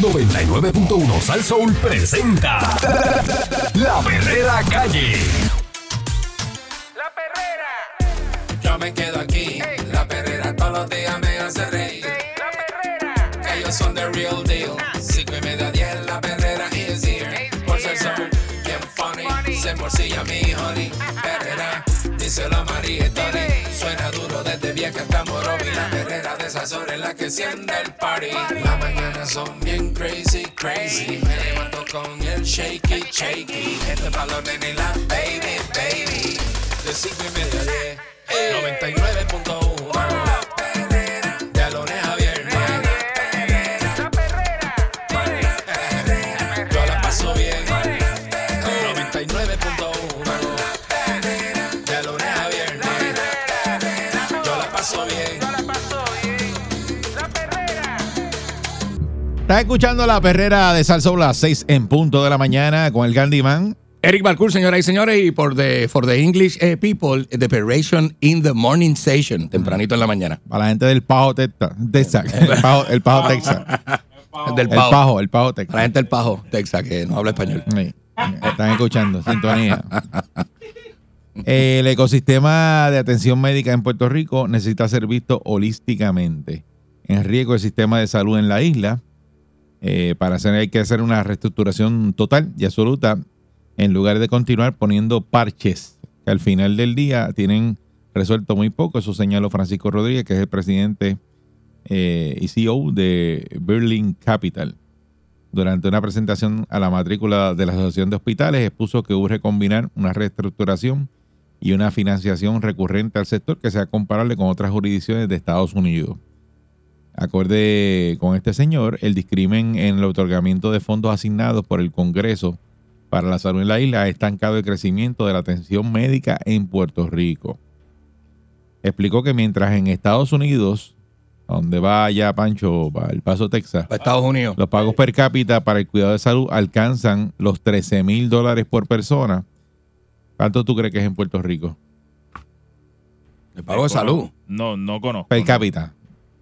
99.1 Sal Soul presenta La Perrera Calle. La perrera, Yo me quedo aquí. La perrera todos los días me hace reír. la perrera, Que ellos son the real deal. Cinco y media diez, la perrera Ah. is here. Por ser son bien funny. Ah, Se morcilla mi honey. Perrera, díselo María y Tony. Suena duro desde vieja hasta morobi. La perrera de esas horas es la que enciende el party. Las mañanas son bien crazy, crazy. Me levanto con el shaky, shaky. Este es pa' los nenes y la baby, baby. De cinco y media a diez. 99.1 La perrera De Alones Javier la perrera, yo la paso bien. 99.1 De lunes a viernes. Yo la paso bien. la pasó bien. La perrera, Estás escuchando la perrera de Salso las 6 en punto de la mañana con el Candyman. Eric Balcour, señoras y señores, y por the, for the English eh, people, the preparation in the morning session, tempranito en la mañana. Para la gente del Pajo Texas. Texas, El Pajo, el Pajo Texas. Del El Pajo. Pajo, el Pajo Para la Texas. gente del Pajo, Texas, que no habla español. Sí. Están escuchando, sintonía. El ecosistema de atención médica en Puerto Rico necesita ser visto holísticamente. En riesgo el sistema de salud en la isla. Eh, para hacer hay que hacer una reestructuración total y absoluta en lugar de continuar poniendo parches que al final del día tienen resuelto muy poco. Eso señaló Francisco Rodríguez, que es el presidente eh, y CEO de Berlin Capital. Durante una presentación a la matrícula de la Asociación de Hospitales, expuso que urge combinar una reestructuración y una financiación recurrente al sector que sea comparable con otras jurisdicciones de Estados Unidos. Acorde con este señor, el discrimen en el otorgamiento de fondos asignados por el Congreso para la salud en la isla ha estancado el crecimiento de la atención médica en Puerto Rico. Explicó que mientras en Estados Unidos, a donde vaya Pancho, para El Paso, Texas, Para Estados Unidos. los pagos per cápita para el cuidado de salud alcanzan los 13 mil dólares por persona. ¿Cuánto tú crees que es en Puerto Rico? El pago de salud. No, Pues no conozco. Per cápita.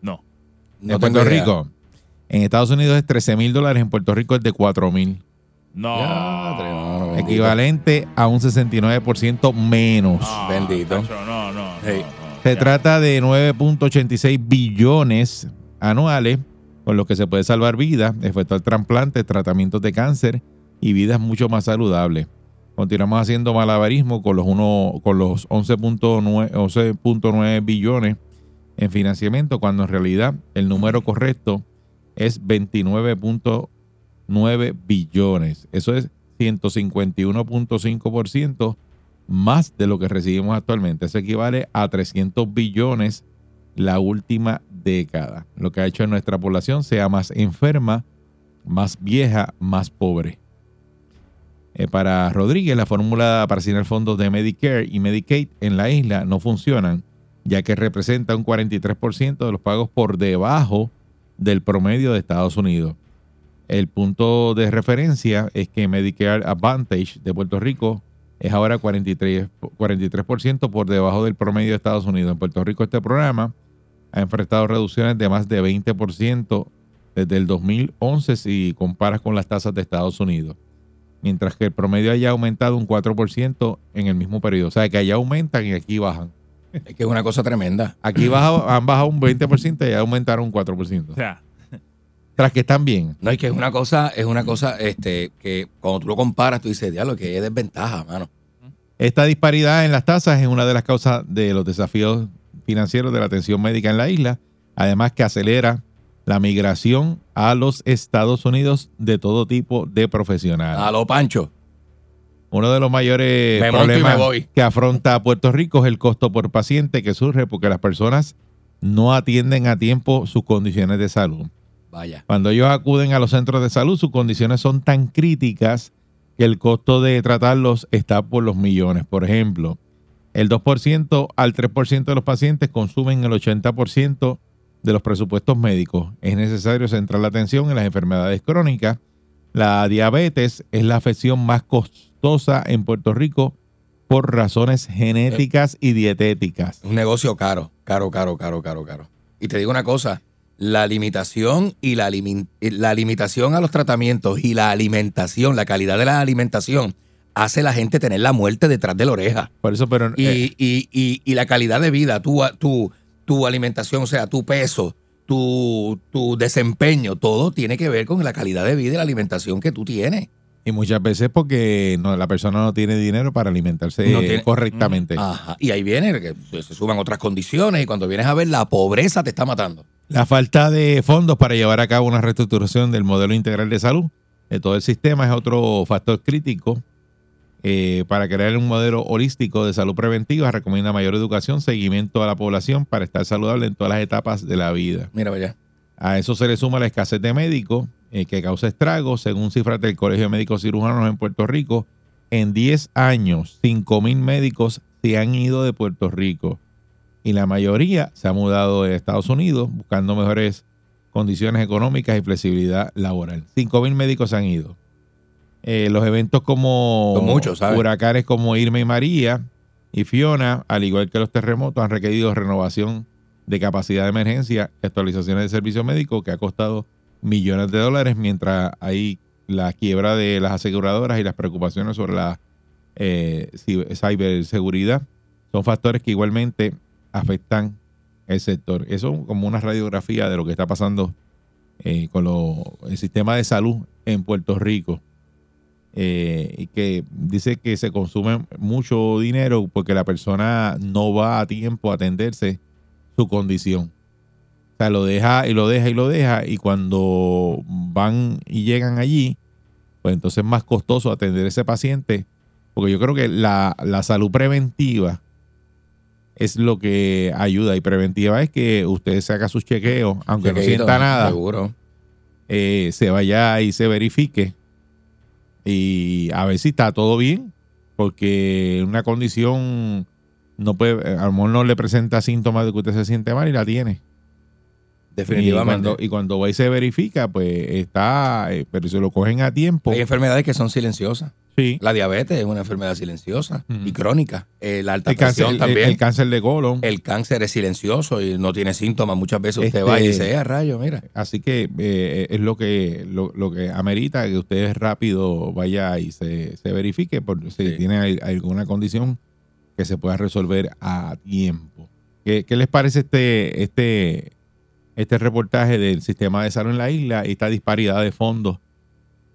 No. en No Puerto tengo idea. Rico. En Estados Unidos es 13 mil dólares, en Puerto Rico es de 4 mil. No. Diadre, no, no, Ah, bendito. Equivalente a un 69% menos. Ah, Bendito. tacho, No, no. no, Hey. no. Se Ya. trata de 9.86 billones anuales, con los que se puede salvar vidas, efectuar trasplantes, tratamientos de cáncer y vidas mucho más saludables. Continuamos haciendo malabarismo con los, uno- con los 11.9 11.9 billones en financiamiento, cuando en realidad el número correcto es 29.9 billones. Eso es 151.5% más de lo que recibimos actualmente. Eso equivale a 300 billones la última década. Lo que ha hecho que nuestra población sea más enferma, más vieja, más pobre. Eh, para Rodríguez, la fórmula para asignar fondos de Medicare y Medicaid en la isla no funcionan, ya que representa un 43% de los pagos por debajo del promedio de Estados Unidos. El punto de referencia es que Medicare Advantage de Puerto Rico es ahora 43%, 43 por debajo del promedio de Estados Unidos. En Puerto Rico este programa ha enfrentado reducciones de más de 20% desde el 2011 si comparas con las tasas de Estados Unidos. Mientras que el promedio haya aumentado un 4% en el mismo periodo. O sea, que allá aumentan y aquí bajan. Es que es una cosa tremenda. Aquí baja- han bajado un 20% y allá aumentaron un O 4%. sea, Tras que están bien. No, es que es una cosa, es una cosa este, que cuando tú lo comparas, tú dices, diablo, que es desventaja, mano. Esta disparidad en las tasas es una de las causas de los desafíos financieros de la atención médica en la isla, además que acelera la migración a los Estados Unidos de todo tipo de profesionales. A lo pancho. Uno de los mayores Me monto y problemas me voy. este que afronta Puerto Rico es el costo por paciente que surge porque las personas no atienden a tiempo sus condiciones de salud. Vaya. Cuando ellos acuden a los centros de salud, sus condiciones son tan críticas que el costo de tratarlos está por los millones. Por ejemplo, el 2% al 3% de los pacientes consumen el 80% de los presupuestos médicos. Es necesario centrar la atención en las enfermedades crónicas. La diabetes es la afección más costosa en Puerto Rico por razones genéticas y dietéticas. Es un negocio caro, caro, caro, caro, caro, caro. Y te digo una cosa, la limitación y la, limi- la limitación a los tratamientos y la alimentación, la calidad de la alimentación, hace la gente tener la muerte detrás de la oreja. Por eso, pero. Y, eh, y- y- y la calidad de vida, tu, tu, tu alimentación, o sea, tu peso, tu, tu desempeño, todo tiene que ver con la calidad de vida y la alimentación que tú tienes. y muchas veces porque no, la persona no tiene dinero para alimentarse No eh, tiene- correctamente. Ajá. Y ahí viene que se suban otras condiciones y cuando vienes a ver, la pobreza te está matando. La falta de fondos para llevar a cabo una reestructuración del modelo integral de salud de todo el sistema es otro factor crítico eh, para crear un modelo holístico de salud preventiva. Recomienda mayor educación, seguimiento a la población para estar saludable en todas las etapas de la vida. Mira, vaya. A eso se le suma la escasez de médicos eh, que causa estragos. Según cifras del Colegio de Médicos Cirujanos en Puerto Rico, en 10 años, 5.000 médicos se han ido de Puerto Rico y la mayoría se ha mudado de Estados Unidos buscando mejores condiciones económicas y flexibilidad laboral. 5.000 médicos se han ido. Eh, los eventos como Son muchos, ¿sabes? huracanes como Irma y María y Fiona, al igual que los terremotos, han requerido renovación de capacidad de emergencia y actualizaciones de servicio médico que ha costado millones de dólares mientras hay la quiebra de las aseguradoras y las preocupaciones sobre la eh, ci- ciberseguridad son factores que igualmente afectan el sector. Eso es como una radiografía de lo que está pasando eh, con lo- el sistema de salud en Puerto Rico. Eh, y que dice que se consume mucho dinero porque la persona no va a tiempo a atenderse su condición. O sea, lo deja y lo deja y lo deja. Y cuando van y llegan allí, pues entonces es más costoso atender a ese paciente. Porque yo creo que la, la salud preventiva es lo que ayuda. Y preventiva es que usted se haga sus chequeos, aunque no Chequeito, sienta nada Seguro. eh, se vaya y se verifique y a ver si está todo bien, porque una condición no puede, eh, a lo mejor no le presenta síntomas de que usted se siente mal y la tiene. Definitivamente. Y cuando, y cuando va y se verifica, pues está, eh, pero si lo cogen a tiempo, Hay enfermedades que son silenciosas. sí. La diabetes es una enfermedad silenciosa Ujú. y crónica. Eh, la alta El cáncer, presión el- también. el cáncer de colon. El cáncer es silencioso y no tiene síntomas. Muchas veces usted Este- va y dice, "Eh, rayo, mira. Así que eh, es lo que lo, lo que amerita que usted rápido vaya y se, se verifique por si Sí. tiene al- alguna condición que se pueda resolver a tiempo. ¿Qué, qué les parece este, este, este reportaje del sistema de salud en la isla y esta disparidad de fondos?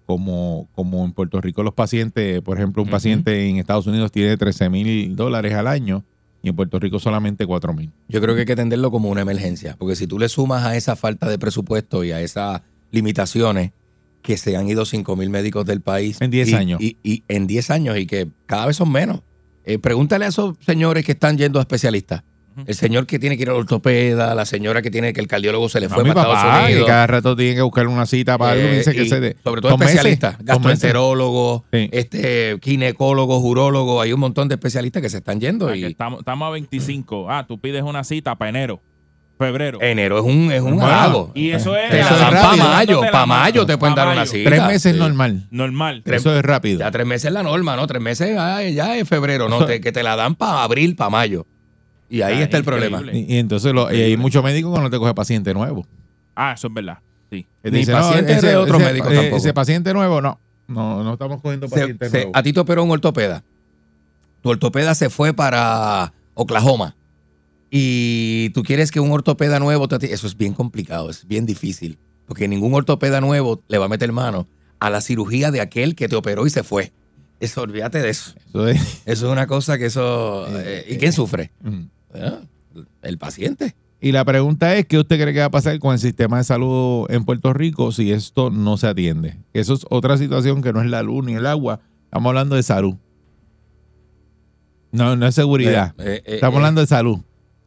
Como, como en Puerto Rico los pacientes, por ejemplo, un Ujú. paciente en Estados Unidos tiene 13 mil dólares al año y en Puerto Rico solamente 4 mil. Yo creo que hay que atenderlo como una emergencia, porque si tú le sumas a esa falta de presupuesto y a esas limitaciones que se han ido 5 mil médicos del país. En 10 y- años. Y, y en 10 años y que cada vez son menos. Eh, pregúntale a esos señores que están yendo a especialistas. El señor que tiene que ir al ortopeda, la señora que tiene que el cardiólogo se le No, fue mi para Estados papá, que Unidos. cada rato tiene que buscar una cita para algo. Eh, Dice que y se de- sobre todo son meses, especialistas, son meses. gastroenterólogos, Sí. este, ginecólogos, urólogos, hay un montón de especialistas que se están yendo Ah, que y Estamos, estamos a 25. Ah, tú pides una cita para enero, febrero. enero es un es un Bueno, halago. y eso es. Te eso la es dan pa' rápido. mayo, Dándote la pa' mano. mayo te pueden Pa' dar una mayo. cita. Tres meses Sí. normal. Normal. Tres- Eso es rápido. Ya tres meses es la norma, ¿no? Tres meses ay, ya es febrero, ¿no? Te- que te la dan para abril, para mayo. Y ahí Ah, está el increíble. problema. Y, y entonces lo- y hay muchos médicos que no te coge paciente nuevo. Ah, eso es verdad. Sí. Te Ni paciente de otro médico eh, tampoco. Ese paciente nuevo, no. No, no estamos cogiendo Se- paciente se- nuevo. a ti te operó un ortopeda. Tu ortopeda se fue para Oklahoma. Y tú quieres que un ortopeda nuevo te ati- Eso es bien complicado, es bien difícil. Porque ningún ortopeda nuevo le va a meter mano a la cirugía de aquel que te operó y se fue. Eso, olvídate de eso. Eso es- Eso es una cosa que eso... eh, ¿Y quién sufre? Mm. Bueno, El paciente. y la pregunta es, ¿qué usted cree que va a pasar con el sistema de salud en Puerto Rico si esto no se atiende? Eso es otra situación que no es la luz ni el agua. Estamos hablando de salud. No, no es seguridad. Eh, eh, Estamos eh, hablando de salud.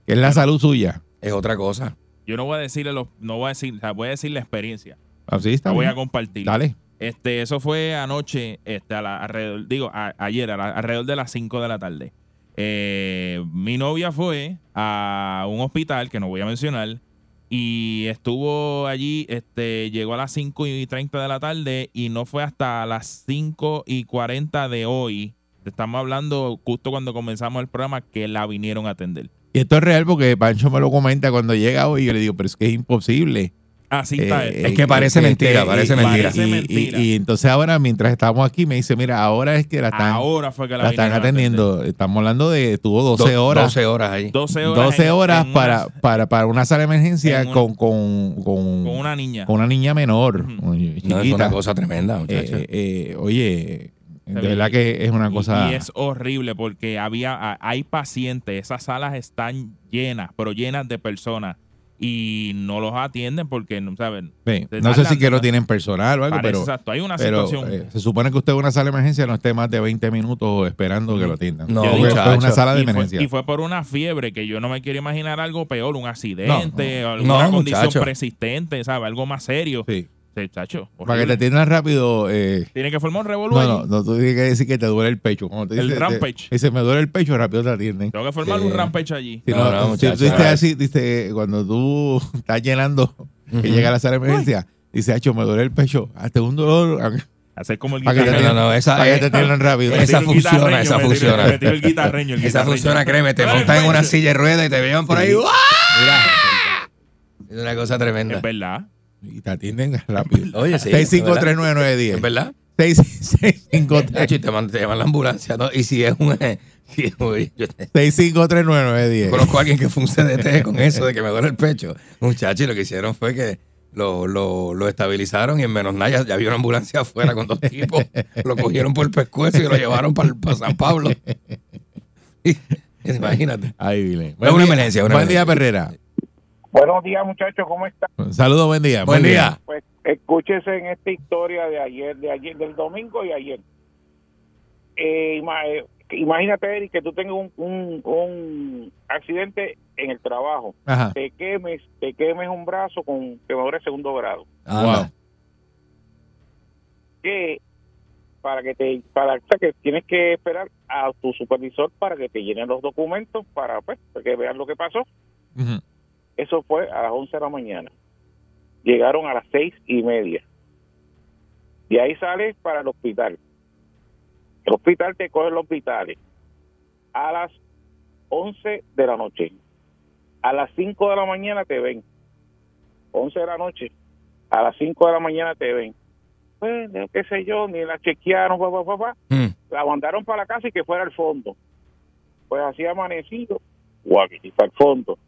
Que es la salud suya. Es otra cosa. Yo no voy a decirle los, no voy a decir, o sea, voy a decir la experiencia. Así está. La voy bien. a compartir. Dale. Este, eso fue anoche, este, a la- alrededor, digo, a- ayer, a la- alrededor de las 5 de la tarde. Eh, mi novia fue a un hospital que no voy a mencionar y estuvo allí, este, llegó a las 5 y 30 de la tarde y no fue hasta las 5 y 40 de hoy. Estamos hablando justo cuando comenzamos el programa que la vinieron a atender. Y esto es real porque Pancho me lo comenta cuando llega hoy y yo le digo, pero es que es imposible. Así Eh, está Es esto. que parece mentira, y- parece y- mentira. Y, mentira. y- y entonces ahora, mientras estábamos aquí, me dice, mira, ahora es que la están, Ahora fue que la, la están vinieron a atendiendo. Estamos hablando de, estuvo 12 Do- horas. 12 horas ahí. atender. 12 horas. 12 en- horas en para, una- para, para una sala de emergencia en una- con, con, con, con una niña. con una niña menor, Ujú. con- No, es chiquita. una cosa tremenda, muchachos. Eh, eh, eh, oye, de bien. verdad que es una Y- cosa... Y, es horrible porque había a- hay pacientes, esas salas están llenas, pero llenas de personas y no los atienden porque no saben. Sí, se No sé si tardan, que lo ¿no? tienen personal o algo, Parece pero... exacto, hay una Pero situación. eh, se supone que usted en una sala de emergencia no esté más de 20 minutos esperando que lo atiendan. No, Porque esto es una muchacho. sala de y, fue, emergencia. y fue por una fiebre que yo no me quiero imaginar algo peor, un accidente, No, no. alguna No, condición muchacho. persistente, ¿sabes? Algo más serio. Sí. Sí, chacho, Para que te horrible. atiendan rápido, eh, Tiene que formar un revolú no, allí. no, no, tú tienes que decir que te duele el pecho. Cuando te El dice- rampage. te- Dice, me duele el pecho, rápido te atienden. Eh, Tengo que formar Sí. un rampage allí. Si No, no, no, si muchacho, tú dices no. así, dice, cuando tú estás llenando, que Ujú. llega la sala de emergencia, dice, hacho, me duele el pecho, hazte un dolor, a- Hacer como el Para que te No, no, guitarreño. no, esa, para que te atiendan rápido. Me tiro esa el funciona, guitarreño, esa me tiro- funciona. me tiro el guitarreño, el esa guitarreño. pues. funciona, créeme, te montan en una silla de ruedas y te llevan por ahí. ¡guau! Es una cosa tremenda. Es verdad. Y te atienden rápido. Oye, sí. es verdad. 6539910. Es verdad. Seis- seis- cinco, tres- Nacho, y te, man- te llevan la ambulancia, ¿no? Y si es un... si es un- yo te- 6539910. conozco a alguien que fue un CDT con eso de que me duele el pecho. Muchachos, y lo que hicieron fue que lo, lo, lo estabilizaron y en menos nada ya, ya había una ambulancia afuera con dos tipos. Lo cogieron por el pescuezo y lo llevaron para, el- para San Pablo. Imagínate. Ahí, dile. Es una emergencia, una Buen día, emergencia. Perrera. Buenos días, muchachos, ¿cómo están? Saludos, buen día. Buen día. Pues escúchese en esta historia de ayer, de ayer, del domingo y ayer. Eh, ima- eh, imagínate, Eric, que tú tengas un, un, un eh, accidente en el trabajo. Ajá. Te quemes, te quemes un brazo con quemadura de segundo grado. Anda. que para que te para o sea, que tienes que esperar a tu supervisor para que te llenen los documentos para pues para que vean lo que pasó Ujú. eso fue a las 11 de la mañana llegaron a las seis y media y ahí sales para el hospital el hospital te coge los hospitales a las 11 de la noche a las 5 de la mañana te ven 11 de la noche a las 5 de la mañana te ven pues qué sé yo ni la chequearon papá papá Mm. la mandaron para la casa y que fuera al fondo. Pues así amanecido, guau, y para el fondo.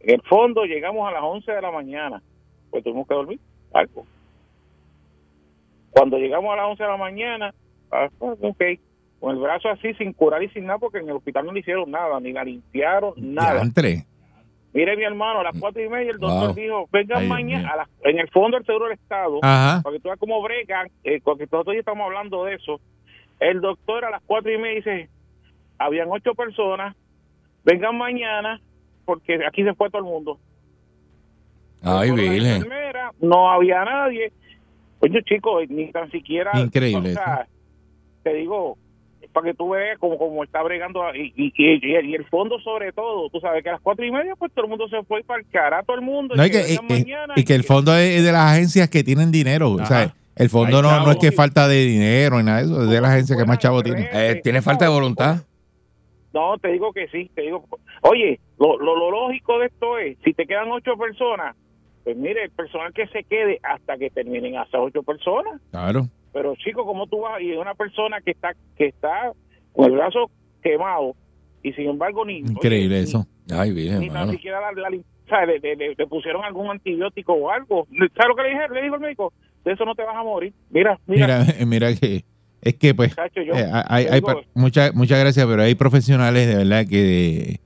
En el fondo llegamos a las 11 de la mañana, pues tuvimos que dormir algo. Cuando llegamos a las 11 de la mañana, ah, pues, ok, con el brazo así, sin curar y sin nada, porque en el hospital no le hicieron nada, ni la limpiaron, nada. Diantre. Mire, mi hermano, a las cuatro y media el doctor Wow. dijo, vengan Ay, Dios mío. mañana, a las- en el fondo del Seguro del Estado, Ajá. para que tú veas cómo bregan, eh, porque nosotros ya estamos hablando de eso. El doctor a las cuatro y media dice, habían ocho personas, vengan mañana, porque aquí se fue todo el mundo. Ay, Fueron las Virgen. enfermeras, No había nadie. Oye, chicos, ni tan siquiera... Increíble o sea, te digo, para que tú veas cómo, cómo está bregando y, y, y- y el- y el fondo sobre todo. Tú sabes que a las cuatro y media pues todo el mundo se fue para el cara, todo el mundo. No, y, que que, vengan y- y- mañana y que el fondo es de las agencias que tienen dinero. O sea, Ajá. el fondo Hay no, no es chavos. que falta de dinero ni nada de eso. Es de la agencia que más chavo tiene. Eh, tiene falta de voluntad. No, te digo que sí, te digo. Oye, lo, lo, lo lógico de esto es, si te quedan ocho personas, pues mire, el personal que se quede hasta que terminen a esas ocho personas. Claro. Pero chico, ¿cómo tú vas? Y una persona que está que está con el brazo quemado y sin embargo ni... oye, Increíble ni- eso. Ay, Ni Virgen, tan mano. siquiera la, la lim- o sea, le, le- le- le pusieron algún antibiótico o algo. ¿Sabes lo que le dije? Le dijo el médico, de eso no te vas a morir. Mira, mira, Mira, mira que es que pues chacho, yo... Eh, hay, yo hay digo- pa- mucha- muchas gracias, pero hay profesionales de verdad que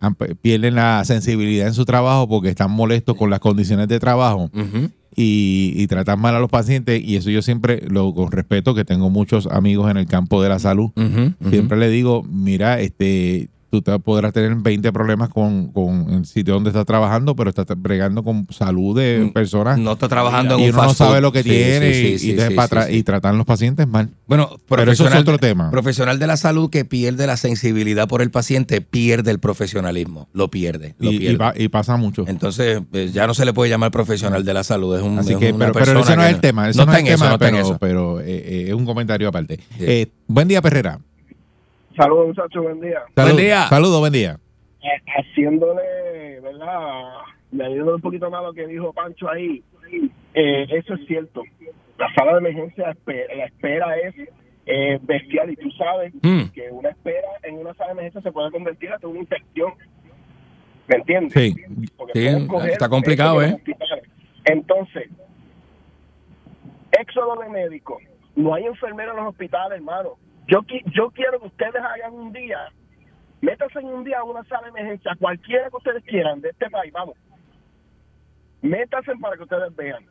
han pe- pierden la sensibilidad en su trabajo porque están molestos con las condiciones de trabajo Ujú. y, y tratan mal a los pacientes y eso yo siempre lo con respeto que tengo muchos amigos en el campo de la salud Ujú, ujú. siempre le digo mira este tú te podrás tener 20 problemas con, con el sitio donde estás trabajando pero estás bregando con salud de Mm, personas No está trabajando en y un uno no fast food. sabe lo que Sí, tiene sí, sí, y, sí, y sí, te- sí, pa' tra- sí. Mm, y tratan los pacientes mal Bueno, pero eso es profesional- otro tema Profesional de la salud que pierde la sensibilidad por el paciente, pierde el profesionalismo. Lo pierde, lo y, y pierde. pa- y pasa mucho. Entonces, eh, ya no se le puede llamar profesional de la salud. Es un, Así es que, pero, una pero persona ese no que es el tema. ese no no está es el en eso, tema, no está en pero, pero, eso. eh, eh, es un comentario aparte. Sí. Eh, buen día, Perrera. Saludos, muchachos, buen día. Buen Salud- día. Saludos, buen día. Eh, haciéndole, ¿verdad? Y ayudándole un poquito más a lo que dijo Pancho ahí, eh, eso es cierto. La sala de emergencia, espe- la espera es eh, bestial y tú sabes Mm. que una espera en una sala de emergencia se puede convertir hasta en una infección. ¿Me entiendes? Sí. Porque Sí, pueden coger está complicado, eso de los ¿eh? hospitales. Entonces, éxodo de médicos. No hay enfermeros en los hospitales, hermano. Yo, qui- yo quiero que ustedes hagan un día, métanse en un día a una sala de emergencia, cualquiera que ustedes quieran de este país, vamos. Métanse para que ustedes vean.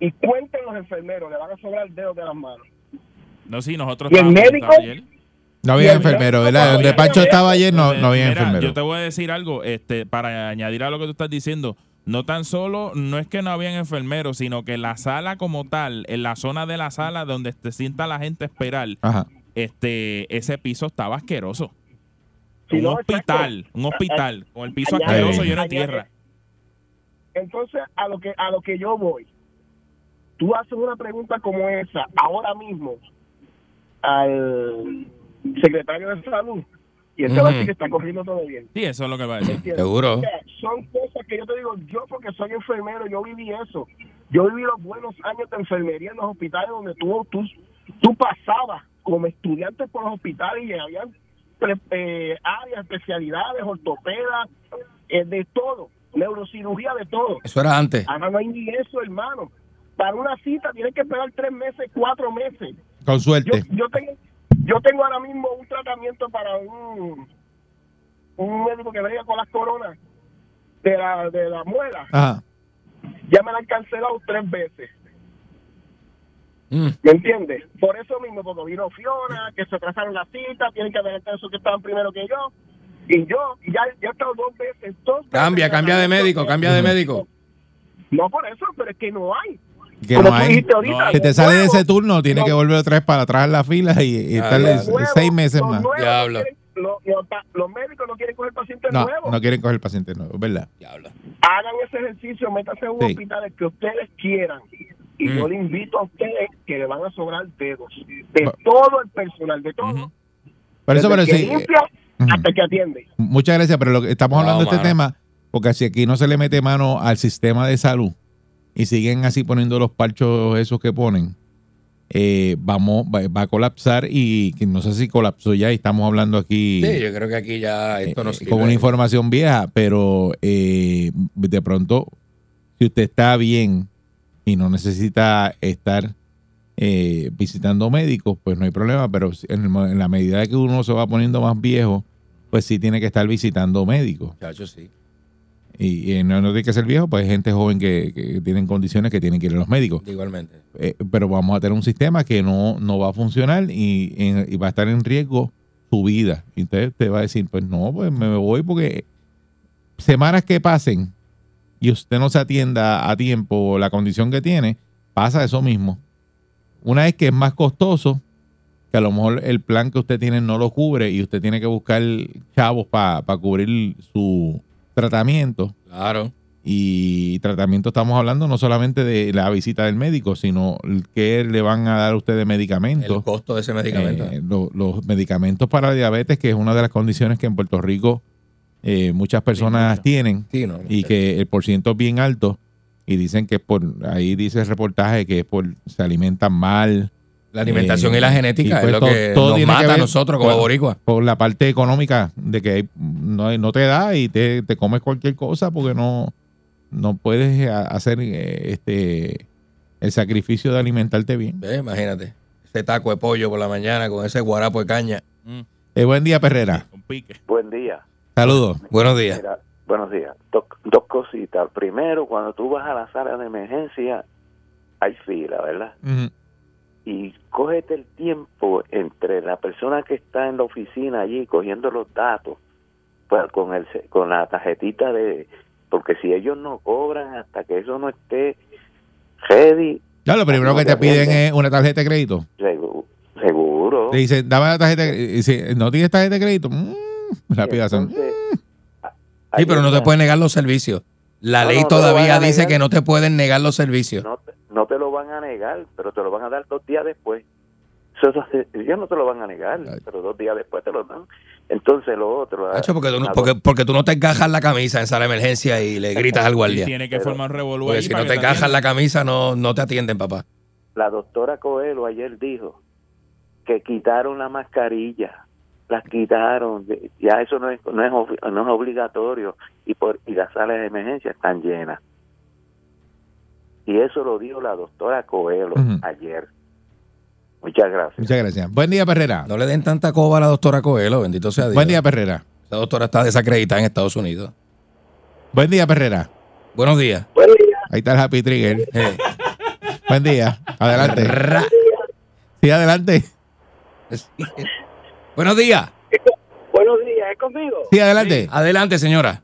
Y cuenten los enfermeros, le van a sobrar dedos de las manos. No, sí, nosotros ¿Y el estábamos médico? sentados ayer. No había Y el enfermero, médico, ¿verdad? no Donde había- Pancho estaba ayer no, Eh, no había mira, enfermero. Yo te voy a decir algo, este, para añadir a lo que tú estás diciendo. No tan solo, no es que no habían enfermeros, sino que la sala como tal, en la zona de la sala donde se sienta la gente a esperar, Ajá. este, ese piso estaba asqueroso. Sí, un no, hospital, un hospital, con el piso Añade- asqueroso lleno de añade- tierra. Entonces, a lo que a lo que yo voy, tú haces una pregunta como esa ahora mismo al secretario de salud y él te va a decir Ujú. que está corriendo todo bien. Sí, eso es lo que va a decir. ¿entiendes? Seguro. O sea, son cosas que yo te digo, yo porque soy enfermero, yo viví eso. Yo viví los buenos años de enfermería en los hospitales donde tú, tú, tú pasabas como estudiante por los hospitales y había pre- eh, áreas, especialidades, ortopedas, eh, de todo, neurocirugía, de todo. Eso era antes. Ahora no hay ni eso, hermano. Para una cita tienes que esperar tres meses, cuatro meses. Con Yo, suerte. yo, tengo, yo tengo ahora mismo un tratamiento para un, un médico que venga con las coronas de la, de la muela. Ajá. Ya me la han cancelado tres veces. Mm. ¿Me entiendes? Por eso mismo, cuando vino Fiona, que se atrasaron la cita, tienen que adelantar eso que estaban primero que yo. Y yo, ya, ya he estado dos veces, dos veces Cambia, cambia de médico, cambia de Ujú. médico. No por eso, pero es que no hay. Que Como no tú hay. dijiste ahorita, no hay. Si te sale de ese nuevo, turno, tienes no. que volver otra vez para atrás en la fila y, y Ah, estarle ya, ya. nuevos, seis meses los más. nuevos no Diablo. quieren- Los, los pa- los médicos no quieren coger pacientes No, nuevos. no quieren coger paciente nuevo, ¿verdad? Diablo. Hagan ese ejercicio, métanse en un Sí. hospital el que ustedes quieran. Y Mm. yo le invito a ustedes que le van a sobrar dedos. De Va- todo el personal, de todo. Ujú. Por Desde eso, pero el que sí. limpia ujú. hasta el que atiende. Muchas gracias, pero lo que estamos No, hablando de este mano. tema, porque si aquí no se le mete mano al sistema de salud y siguen así poniendo los parchos esos que ponen, eh, vamos, va, va a colapsar y que no sé si colapsó ya y estamos hablando aquí Sí, yo creo que aquí ya eh, esto no eh, sirve. con una información vieja, pero eh, de pronto, si usted está bien y no necesita estar eh, visitando médicos, pues no hay problema, pero si- en, el mo- en la medida que uno se va poniendo más viejo, pues sí tiene que estar visitando médicos. Muchacho, sí. Y, eh, no, no tiene que ser viejo, pues hay gente joven que, que tienen condiciones que tienen que ir a los médicos. Igualmente. Eh, pero vamos a tener un sistema que no, no va a funcionar y, en- y va a estar en riesgo su vida. Y usted te va a decir, pues no, pues me voy porque semanas que pasen y usted no se atienda a tiempo la condición que tiene, pasa eso mismo. Una vez que es más costoso, que a lo mejor el plan que usted tiene no lo cubre y usted tiene que buscar chavos para cubrir su tratamiento. Claro. Y tratamiento estamos hablando no solamente de la visita del médico, sino el que eh, le van a dar a usted de medicamentos. El costo de ese medicamento. Eh, lo- los medicamentos para la diabetes, que es una de las condiciones que en Puerto Rico eh, muchas personas mucho. tienen sí, no. y que el porciento es bien alto. Y dicen que es por, ahí dice el reportaje que es por, se alimentan mal. la alimentación eh, y la y genética pues es lo todo- que todo nos tiene que mata a ver nosotros como con- boricuas. Por la parte económica, de que hay- no, hay- no te da y te, te comes cualquier cosa porque no, no puedes a- hacer eh, este el sacrificio de alimentarte bien. Ve, imagínate. Ese taco de pollo por la mañana con ese guarapo de caña. Mm, Eh, buen día, Perrera. con pique. Buen día. Saludos. Buenos días. Mira, buenos días. Dos, dos cositas. Primero, cuando tú vas a la sala de emergencia, hay fila, ¿verdad? Ujú. Y cógete el tiempo entre la persona que está en la oficina allí cogiendo los datos, pues, con, el, ce- con la tarjetita de... Porque si ellos no cobran hasta que eso no esté ready, Ya, lo primero que te piden es una tarjeta de crédito. segu- seguro. Te dicen, dame la tarjeta de crédito. Y si no tienes tarjeta de crédito, mm, la pidas. Entonces, a- Sí, pero no te ayuda. pueden negar los servicios. La No, ley no, no lo todavía van a dice negar. que no te pueden negar los servicios. No, te- no te lo van a negar, pero te lo van a dar dos días después. Eso, eso se- ellos no te lo van a negar, Ay. pero dos días después te lo dan. Entonces lo otro... ah, Hacho, porque, Ah, tú no, a- porque, porque tú no te encajas la camisa en sala de emergencia y le gritas al Y guardia. tiene que Pero- formar un revolú Porque ahí si para no que te encajas atiendan. la camisa, no, no te atienden, papá. La doctora Coelho ayer dijo que quitaron la mascarilla, las quitaron, ya eso no es, no es, ob- no es obligatorio y, por, y las salas de emergencia están llenas. Y eso lo dijo la doctora Coelho Ujú. ayer. Muchas gracias. Muchas gracias. Buen día, Perrera. No le den tanta coba a la doctora Coelho, bendito sea Dios. Buen día, Perrera. Esa doctora está desacreditada en Estados Unidos. Buen día, Perrera. Buenos días. Ahí está el Happy Trigger. Eh, Buen día. Adelante. ra- Sí, adelante. Buenos días. Buenos días, ¿es conmigo? Eh, Sí, adelante. Adelante, señora.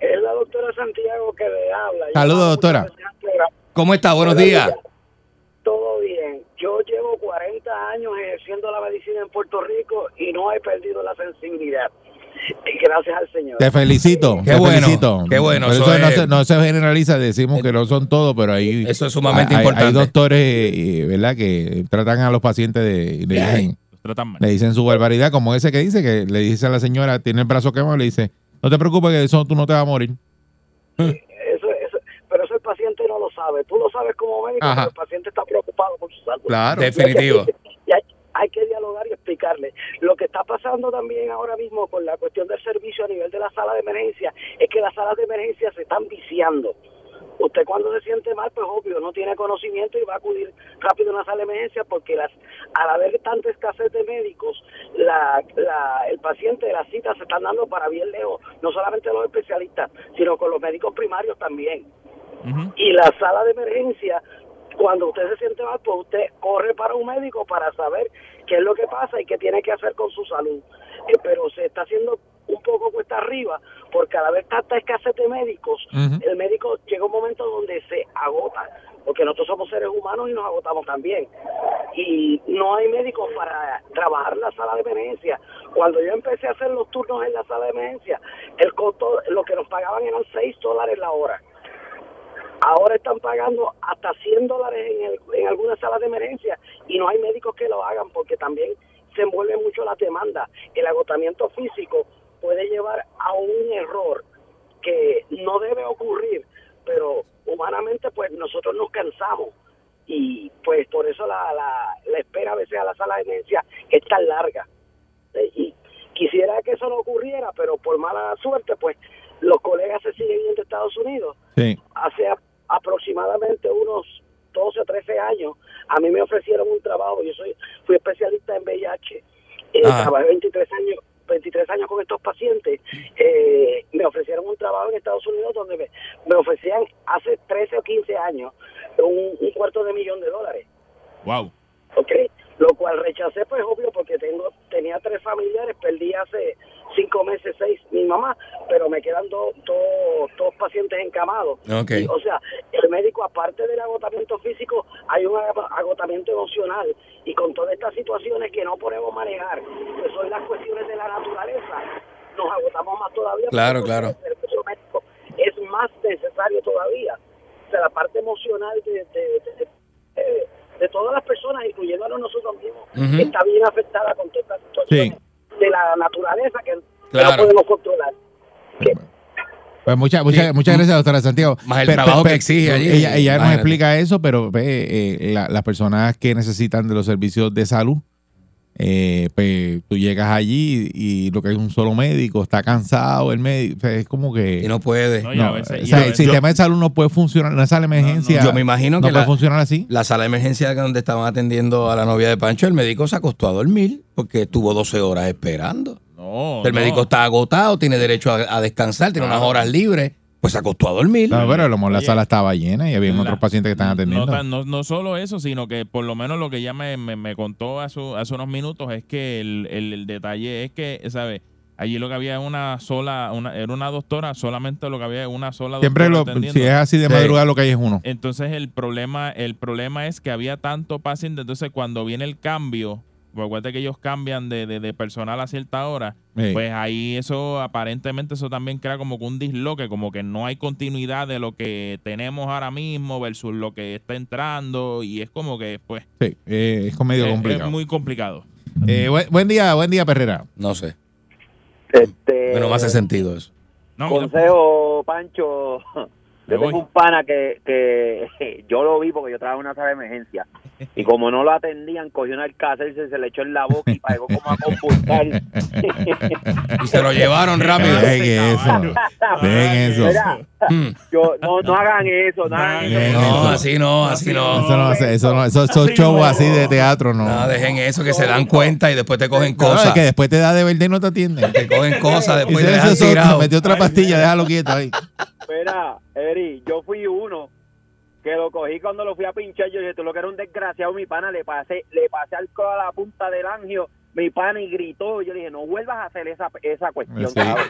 es la doctora Santiago que le habla. Saludos, doctora. ¿Cómo está? Buenos días. Todo bien. Yo llevo 40 años ejerciendo la medicina en Puerto Rico y no he perdido la sensibilidad. Y gracias al Señor. Te felicito. Qué te bueno, felicito. qué bueno, Pero eso eso no, es- se, no se generaliza, decimos que no son todos, pero ahí. Eso es sumamente hay- hay- importante. Hay doctores, eh, eh, ¿verdad?, que tratan a los pacientes de. y le Bien. dicen- Los tratan mal. le dicen su barbaridad, como ese que dice, que le dice a la señora, tiene el brazo quemado, le dice, no te preocupes que de eso tú no te vas a morir. Eso- eso- pero eso el paciente no lo sabe. Tú lo sabes como médico, Ajá. pero el paciente está preocupado por su salud. Claro. Definitivo. Y hay, hay que dialogar y explicarle. Lo que está pasando también ahora mismo con la cuestión del servicio a nivel de la sala de emergencia es que las salas de emergencia se están viciando. Usted cuando se siente mal, pues obvio, no tiene conocimiento y va a acudir rápido a una sala de emergencia porque las, al haber tanta escasez de médicos, la, la- el paciente de las citas se están dando para bien lejos, no solamente los especialistas, sino con los médicos primarios también Ujú. y la sala de emergencia, cuando usted se siente mal, pues usted corre para un médico para saber qué es lo que pasa y qué tiene que hacer con su salud. Eh, pero se está haciendo un poco cuesta arriba, porque al haber tanta escasez de médicos, Ujú. el médico llega un momento donde se agota, porque nosotros somos seres humanos y nos agotamos también. Y no hay médicos para trabajar la sala de emergencia. Cuando yo empecé a hacer los turnos en la sala de emergencia, el costo, lo que nos pagaban eran 6 dólares la hora ahora están pagando hasta 100 dólares en, el- en algunas salas de emergencia y no hay médicos que lo hagan porque también se envuelve mucho la demanda. El agotamiento físico puede llevar a un error que no debe ocurrir, pero humanamente pues nosotros nos cansamos y pues por eso la, la, la espera a veces a la sala de emergencia es tan larga. Eh, y quisiera que eso no ocurriera, pero por mala suerte pues los colegas se siguen yendo a Estados Unidos Sí. hace a- aproximadamente unos 12 o 13 años, a mí me ofrecieron un trabajo, yo soy fui especialista en VIH, eh, Ah. trabajé 23 años 23 años con estos pacientes, eh, me ofrecieron un trabajo en Estados Unidos donde me, me ofrecían hace 13 o 15 años un, un cuarto de millón de dólares, Wow. ¿ok? Lo cual rechacé, pues obvio, porque tengo tenía tres familiares, perdí hace cinco meses, seis mi mamá, pero me quedan dos dos- dos pacientes encamados. Ok. O sea, el médico, aparte del agotamiento físico, hay un aga- agotamiento emocional. Y con todas estas situaciones que no podemos manejar, que son las cuestiones de la naturaleza, nos agotamos más todavía. Claro, Porque claro. El servicio médico es más necesario todavía. O sea, la parte emocional de, de- de- de- de todas las personas, incluyéndonos nosotros mismos, Ujú. está bien afectada con todas estas situaciones de la naturaleza que, que no Claro. podemos controlar. Pues muchas, muchas, Sí. muchas gracias, doctora Santiago. Más el Pero- trabajo pero- que exige allí. Ella, ella nos Imagínate. explica eso, pero ve, eh, la- las personas que necesitan de los servicios de salud, eh, pues tú llegas allí y, y lo que es un solo médico, está cansado el médico, o sea, es como que... Y no puede. No, no, y a veces- o y sea, a el veces- sistema de salud no puede funcionar, no sale emergencia. Yo me imagino no que puede la, funcionar así. la sala de emergencia donde estaban atendiendo a la novia de Pancho, el médico se acostó a dormir porque estuvo 12 horas esperando. No. el no. médico está agotado, tiene derecho a, a descansar, tiene Claro. unas horas libres, pues se acostó a dormir. No, pero a lo mejor la Oye. sala estaba llena y había La- otros pacientes que están atendiendo. No, tan- no, no solo eso, sino que por lo menos lo que ya me, me- me contó hace, hace unos minutos es que el, el- el detalle es que, ¿sabes? Allí lo que había era una sola, una, era una doctora, solamente lo que había era una sola Siempre lo, doctora si atendiendo. es así de Sí. madrugada lo que hay es uno. Entonces el problema, el problema es que había tanto paciente, entonces cuando viene el cambio porque acuérdate que ellos cambian de, de- de personal a cierta hora, Sí. pues ahí eso aparentemente eso también crea como que un disloque, como que no hay continuidad de lo que tenemos ahora mismo versus lo que está entrando y es como que pues Sí, eh, es con medio es- es, complicado. muy complicado. Eh, buen, buen día, buen día, Perrera. No sé. Este, Pero no me hace sentido eso. No, pues. Consejo, Pancho. Me Yo voy. tengo un pana que, que yo lo vi porque yo trabajaba en una sala de emergencia. Y como no lo atendían, cogió un alcácer y se, se le echó en la boca y pagó como a compulsar. Y se lo llevaron rápido. Ven eso. Ven eso. Hmm. Mira, Mm. yo, no, no hagan eso, no hagan Dale. eso. No, así no, así Eso no. no hace- eso no- esos esos Sí, shows no. así de teatro, no. No, Ah, dejen eso, que se dan cuenta y después te cogen No, es cosas. que después te da de verde y no te atienden. Te cogen cosas, Y después se te dejan hizo- se tirado. metió otra pastilla, déjalo quieto ahí. Mira, Eri, yo fui uno que lo cogí cuando lo fui a pinchar. Yo dije, tú lo que era un desgraciado, mi pana, le pasé, le pasé alcohol a la punta del angio, mi pana, y gritó. Yo le dije, no vuelvas a hacer esa, esa cuestión, Sí. cabrón.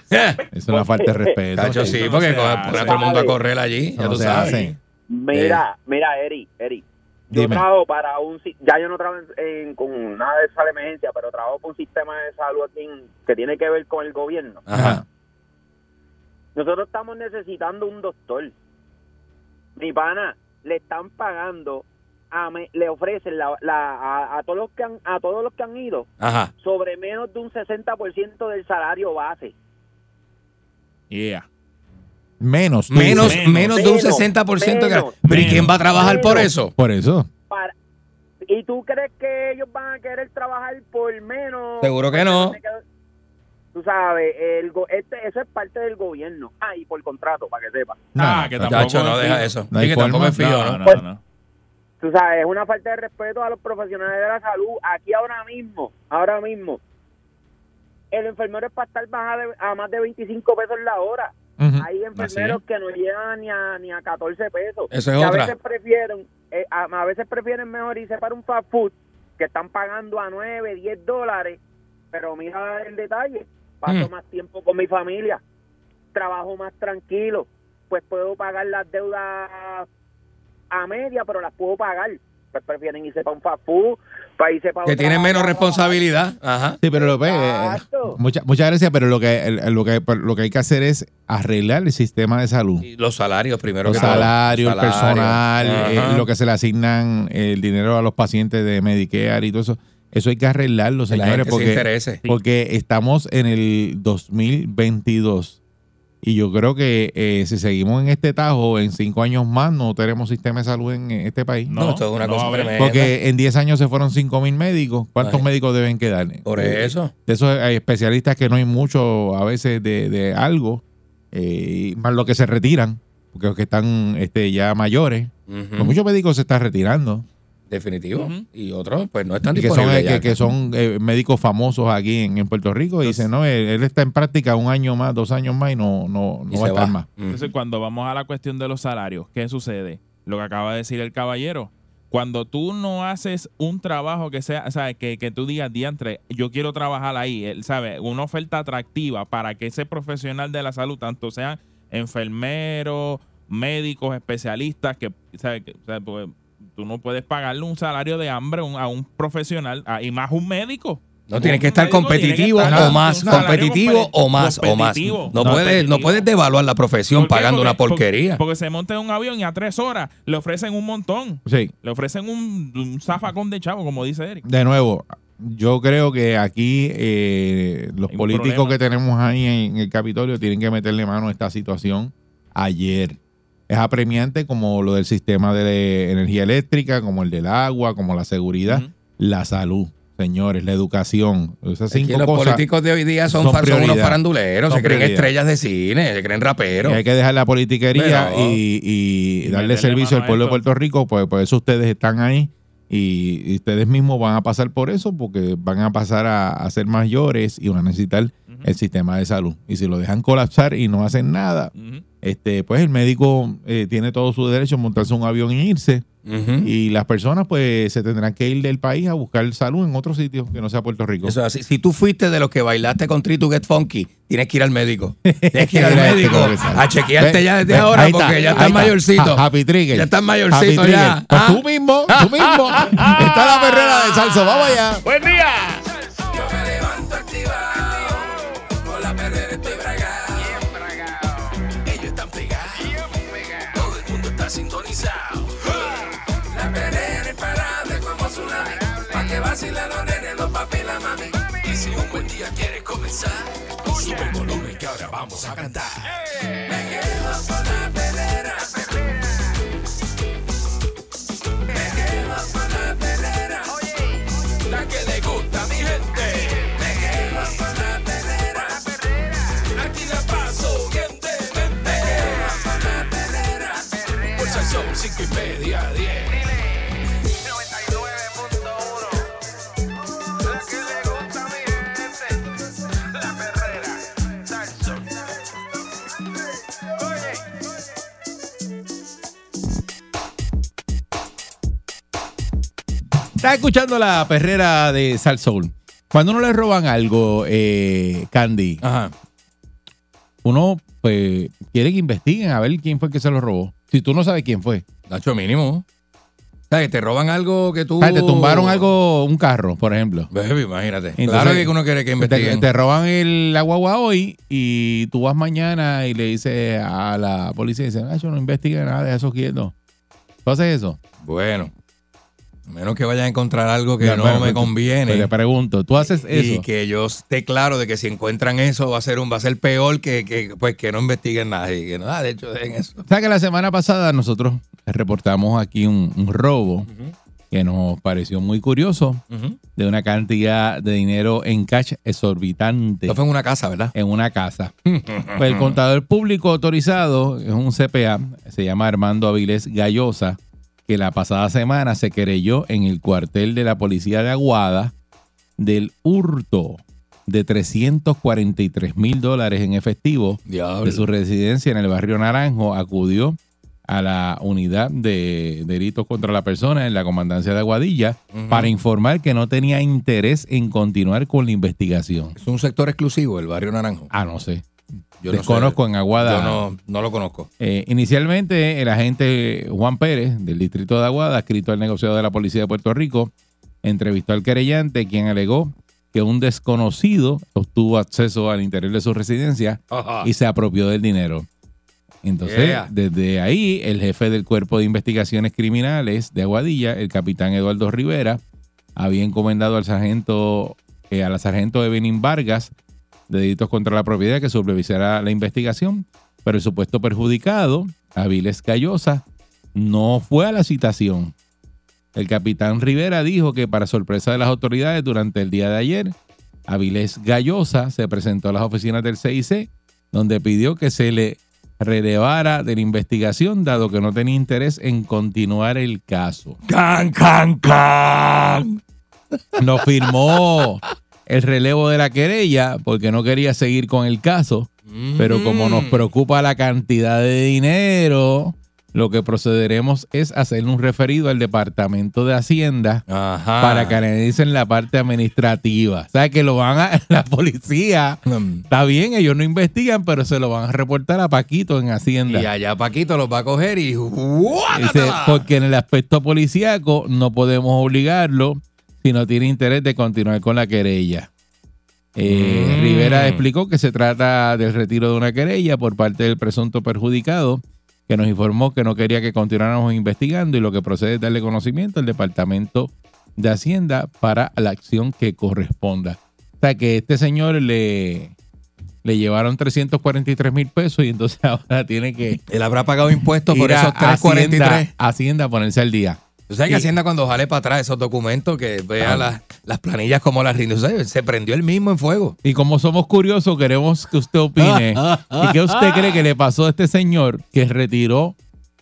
Es una falta de respeto. Cacho, Eso sí, no porque se coge- hace. pone a todo el mundo a correr allí, ya no tú se sabes. hace. Mira, mira, Eri, Eri. Yo Dime. trabajo para un... si- Ya yo no trabajo en- en- con nada de esa emergencia, pero trabajo con un sistema de salud aquí en- que tiene que ver con el gobierno. Ajá. Nosotros estamos necesitando un doctor. Mi pana, le están pagando, a me- le ofrecen la, la- a, a todos los que han, a todos los que han ido Ah. Ajá. sobre menos de un 60% del salario base. Yeah. Menos. tú Menos, dices. menos de un Menos, 60% que menos, Pero ¿y quién va a trabajar por menos. eso? Por eso. Para, ¿Y tú crees que ellos van a querer trabajar por menos? Seguro que no. Tú sabes, el, go- este, eso es parte del gobierno. Ah, y por contrato, para que sepa. Ah, que tampoco Chacho, no es deja fino. eso. No hay Y que tampoco forma. es fío, ¿no? no, no, no. Tú sabes, es una falta de respeto a los profesionales de la salud. Aquí ahora mismo, ahora mismo, el enfermero es para estar baja de- a más de 25 pesos la hora. Ujú. Hay enfermeros que no llegan ni a, ni a 14 pesos. Eso es Que otra. A veces prefieren, eh, a, a veces prefieren mejor irse para un fast food que están pagando a 9, 10 dólares. Pero mira el detalle, paso Mm. más tiempo con mi familia, trabajo más tranquilo, pues puedo pagar las deudas a media, pero las puedo pagar. Pues prefieren irse para un fast food, para irse para Que otra- tienen menos responsabilidad. Ajá. Sí, pero lo ve. eh, Exacto. mucha- Muchas gracias, pero lo que, el- lo, que, lo que hay que hacer es arreglar el sistema de salud. Y los salarios primero Los que todo. salarios, el Salarios. personal, eh, Ajá. lo que se le asignan, el dinero a los pacientes de Medicare y todo eso. Eso hay que arreglarlo, Que la señores, gente se porque interese. Porque estamos en el 2022 y yo creo que eh, si seguimos en este tajo, en cinco años más no tenemos sistema de salud en este país. No, esto es una no, cosa hombre. tremenda. Porque en 10 años se fueron 5 mil médicos. ¿Cuántos Ay. médicos deben quedar? Por eso. De esos hay especialistas que no hay mucho a veces de, de algo, eh, y más los que se retiran, porque los que están este, ya mayores. Ujú. Pues muchos médicos se están retirando. Definitivo. Ujú. Y otros, pues no están Y que son, disponibles. eh, ya. que, que son eh, médicos famosos aquí en, en Puerto Rico y dicen, no, él, él está en práctica un año más, dos años más y no, no, no Y va a se estar va. más. Ujú. Entonces, cuando vamos a la cuestión de los salarios, ¿qué sucede? Lo que acaba de decir el caballero. Cuando tú no haces un trabajo que sea, ¿sabes? Que, que tú digas, diantre, yo quiero trabajar ahí, él, ¿sabes? Una oferta atractiva para que ese profesional de la salud, tanto sean enfermeros, médicos, especialistas, que, ¿sabes? Que, ¿sabes? Porque tú no puedes pagarle un salario de hambre a un- a un profesional, a- y más un médico. No, tienes que Un estar médico competitivo tiene que estar o más. un salario Competitivo competi- o más, o más. competitivo. No puedes, no Competitivo. puedes devaluar la profesión ¿Por qué? pagando Porque- una porquería. Porque, porque se monta en un avión y a tres horas le ofrecen un montón. Sí, Le ofrecen un, un zafacón de chavo, como dice Eric. de nuevo, yo creo que aquí eh, los Hay un políticos problema. que tenemos ahí en, el Capitolio tienen que meterle mano a esta situación ayer. Es apremiante como lo del sistema de energía eléctrica, como el del agua, como la seguridad, Ujú. la salud, señores, la educación. Esas Es que cinco los cosas. políticos de hoy día son, son far- son unos prioridad. faranduleros, Son se creen prioridad. estrellas de cine, se creen raperos. Y hay que dejar la politiquería Pero- y, y Y darle meterle servicio mano al a pueblo de esto. Puerto Rico, pues por eso ustedes están ahí y, y ustedes mismos van a pasar por eso porque van a pasar a, a ser mayores y van a necesitar Ujú. el sistema de salud. Y si lo dejan colapsar y no hacen nada, Ujú. este, pues el médico eh, tiene todo su derecho a montarse un avión y irse. Ujú. Y las personas pues se tendrán que ir del país a buscar salud en otro sitio que no sea Puerto Rico. Eso es así. Si tú fuiste de los que bailaste con Tree to Get Funky, tienes que ir al médico. Tienes que ir al Mira, médico este, a chequearte Ve, ya desde ve, ahora ahí está, porque ya ahí estás está. mayorcito. Ha- Happy Trigger. Ya estás mayorcito Happy ya. Trigger. Pues Ah. tú mismo, tú mismo. Está la perrera de salsa. Vamos allá. Buen día. Yo me levanto activado, con la perrera estoy bragado. Ellos están pegados, todo el mundo está sintonizado. La perrera es parable como tsunami, pa' que vacilan los nenes, los papi y la mami. Y si un buen día quieres comenzar, sube el volumen que ahora vamos a cantar. Me quedo con la perrera. Me quedo con la perrera. La que le gusta a mi gente. Me quedo con la perrera. Aquí la paso bien de mente. Me quedo con la perrera. Por son cinco y media a diez. La que le gusta a mi gente. La perrera. Salsón. Oye. Está escuchando la perrera de Sal Soul. Cuando uno le roban algo, eh, Candy, Ajá. uno pues, quiere que investiguen a ver quién fue que se lo robó. Si tú no sabes quién fue. Nacho mínimo. O sea, que te roban algo que tú. Ah, Te tumbaron algo, un carro, por ejemplo. Baby, imagínate. claro Entonces, este, que uno quiere que Te, investiguen. te roban el la guagua hoy y tú vas mañana y le dices a la policía, dice, Nacho, no investiga nada, deja eso quieto. ¿Tú haces eso? Bueno. A menos que vaya a encontrar algo que Ya, no bueno, me pues, conviene. Pues te pregunto, ¿tú haces y eso? que yo esté claro de que si encuentran eso va a ser un va a ser peor que, que pues que no investiguen nada y que nada de hecho dejen eso ¿Sabes que la semana pasada nosotros reportamos aquí un, un robo que nos pareció muy curioso de una cantidad de dinero en cash exorbitante esto fue en una casa verdad en una casa. Pues el contador público autorizado es un CPA, se llama Armando Avilés Gallosa, que la pasada semana se querelló en el cuartel de la policía de Aguada del hurto de 343 mil dólares en efectivo de su diablo residencia en el barrio Naranjo, acudió a la unidad de delitos contra la persona en la comandancia de Aguadilla Ujú. para informar que no tenía interés en continuar con la investigación. es un sector exclusivo el barrio naranjo Ah, no sé. yo Desconozco en no sé. Aguada. yo no, no lo conozco Eh, inicialmente, el agente Juan Pérez, del distrito de Aguada, escrito al negociado de la policía de Puerto Rico, entrevistó al querellante, quien alegó que un desconocido obtuvo acceso al interior de su residencia Ah. y se apropió del dinero. Entonces, Yeah. desde ahí, el jefe del Cuerpo de Investigaciones Criminales de Aguadilla, el capitán Eduardo Rivera, había encomendado al sargento, eh, a la sargento Evelyn Vargas de delitos contra la propiedad que supervisara la investigación, pero el supuesto perjudicado, Aviles Callosa, no fue a la citación. El capitán Rivera dijo que para sorpresa de las autoridades durante el día de ayer, Avilés Gallosa se presentó a las oficinas del CIC, donde pidió que se le relevara de la investigación, dado que no tenía interés en continuar el caso. can can can No firmó el relevo de la querella porque no quería seguir con el caso, pero como nos Mm. preocupa la cantidad de dinero, lo que procederemos es hacerle un referido al Departamento de Hacienda Ajá. para que analicen la parte administrativa. O sea, que lo van a la policía. Mm. Está bien, ellos no investigan, pero se lo van a reportar a Paquito en y Hacienda. allá Paquito los va a coger y Dice, ¡guácatela! porque en el aspecto policíaco no podemos obligarlo si no tiene interés de continuar con la querella. Eh, Mm. Rivera explicó que se trata del retiro de una querella por parte del presunto perjudicado, que nos informó que no quería que continuáramos investigando y lo que procede es darle conocimiento al Departamento de Hacienda para la acción que corresponda. O sea, que este señor le, le llevaron 343 mil pesos y entonces ahora tiene que él habrá pagado impuestos por ir a esos 343 Hacienda, Hacienda a ponerse al día. Tú sabes que Y- Hacienda cuando jale para atrás esos documentos, que vea las, las planillas como las rinde. Tú sabes, Se prendió él mismo en fuego. Y como somos curiosos, queremos que usted opine. ¿Y qué usted cree que le pasó a este señor que retiró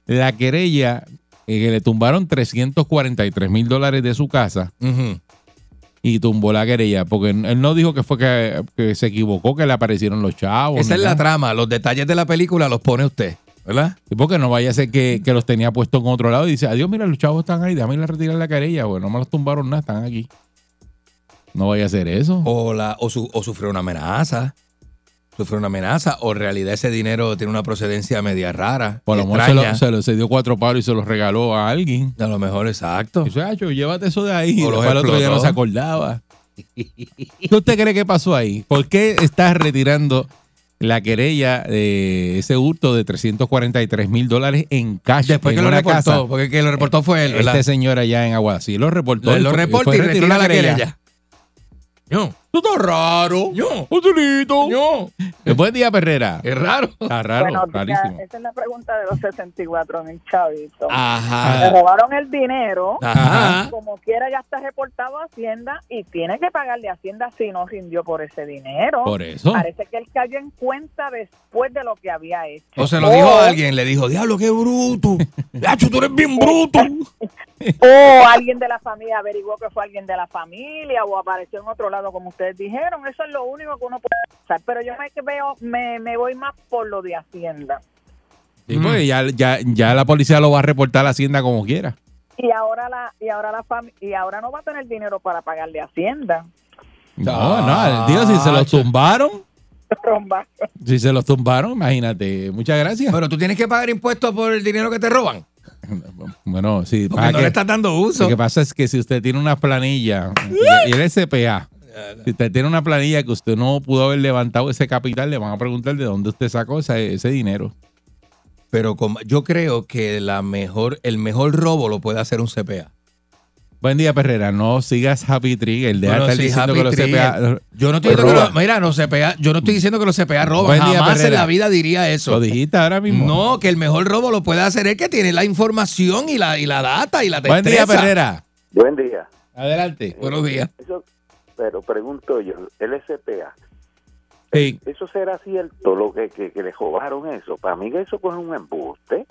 la querella eh, que le tumbaron 343 mil dólares de su casa? y tumbó la querella, porque él no dijo que fue que, que se equivocó, que le aparecieron los chavos. Esa ni es la nada. trama. Los detalles de la película los pone usted, ¿verdad? Sí, porque no vaya a ser que, que los tenía puestos en otro lado y dice, adiós, mira, los chavos están ahí, déjame ir a retirar la querella, güey, no me los tumbaron nada, están aquí. No vaya a ser eso. O, la, o, su- o sufrió una amenaza. Sufrió una amenaza. O en realidad ese dinero tiene una procedencia media rara. Por lo menos se, extraña. lo- se lo- se dio cuatro palos y se los regaló a alguien. A lo mejor, exacto. Y dice, "Ah, yo, llévate eso de ahí. Y O los después el otro día explotó. no se acordaba. ¿Qué usted cree que pasó ahí? ¿Por qué estás retirando la querella de ese hurto de 343 mil dólares en cash Después en Pues que lo una reportó, casa? porque el que lo reportó fue él, ¿verdad? Este señor allá en Aguada. Sí, lo reportó. lo, lo fue- reporta fue y retiró retira la querella. Yo, Tú estás raro. yo, Un chulito. yo. Eh, Buen día, Perrera. Es raro. Está raro, Buenos días. rarísimo. Esa es la pregunta de los 64 mil chavitos. Le Ajá. robaron el dinero. Ajá. Como quiera, ya está reportado a Hacienda y tiene que pagarle a Hacienda si no rindió por ese dinero. Por eso. Parece que él cayó en cuenta después de lo que había hecho. O se lo Oh. dijo a alguien, le dijo, diablo, qué bruto. Nacho, tú eres bien bruto. O alguien de la familia averiguó que fue alguien de la familia o apareció en otro lado, como ustedes dijeron. Eso es lo único que uno puede pensar. Pero yo me, veo, me, me voy más por lo de Hacienda. Sí, porque ya, ya, ya la policía lo va a reportar a la hacienda como quiera. Y ahora la y ahora la fam- y ahora no va a tener dinero para pagarle a Hacienda. No, Ah. no, digo, si se los tumbaron, Romba. si se los tumbaron, imagínate. Muchas gracias. Pero tú tienes que pagar impuestos por el dinero que te roban. Bueno, sí, Porque pasa no que- le estás dando uso. lo que pasa es que si usted tiene una planilla y el SPA, si usted tiene una planilla que usted no pudo haber levantado ese capital, le van a preguntar de dónde usted sacó ese, ese dinero. Pero como- yo creo que la mejor, el mejor robo lo puede hacer un CPA. Buen día, Perrera. No sigas Happy Trigger. Deja de Bueno, estar sí, diciendo Happy que los Trigger. CPA. Yo no estoy diciendo que Roba. los, mira, no CPA, yo no estoy diciendo que los CPA roban. Buen día, Jamás en Perrera. la vida diría Lo eso. dijiste ahora mismo. No, que el mejor robo lo puede hacer el que tiene la información y la, y la data y la Buen destreza. día, Perrera. Buen día. Eh, Adelante. Buenos días. Eso, pero pregunto yo, el SPA, Sí. ¿eso será cierto lo que, que, que le robaron eso? Para mí que eso coge un embuste.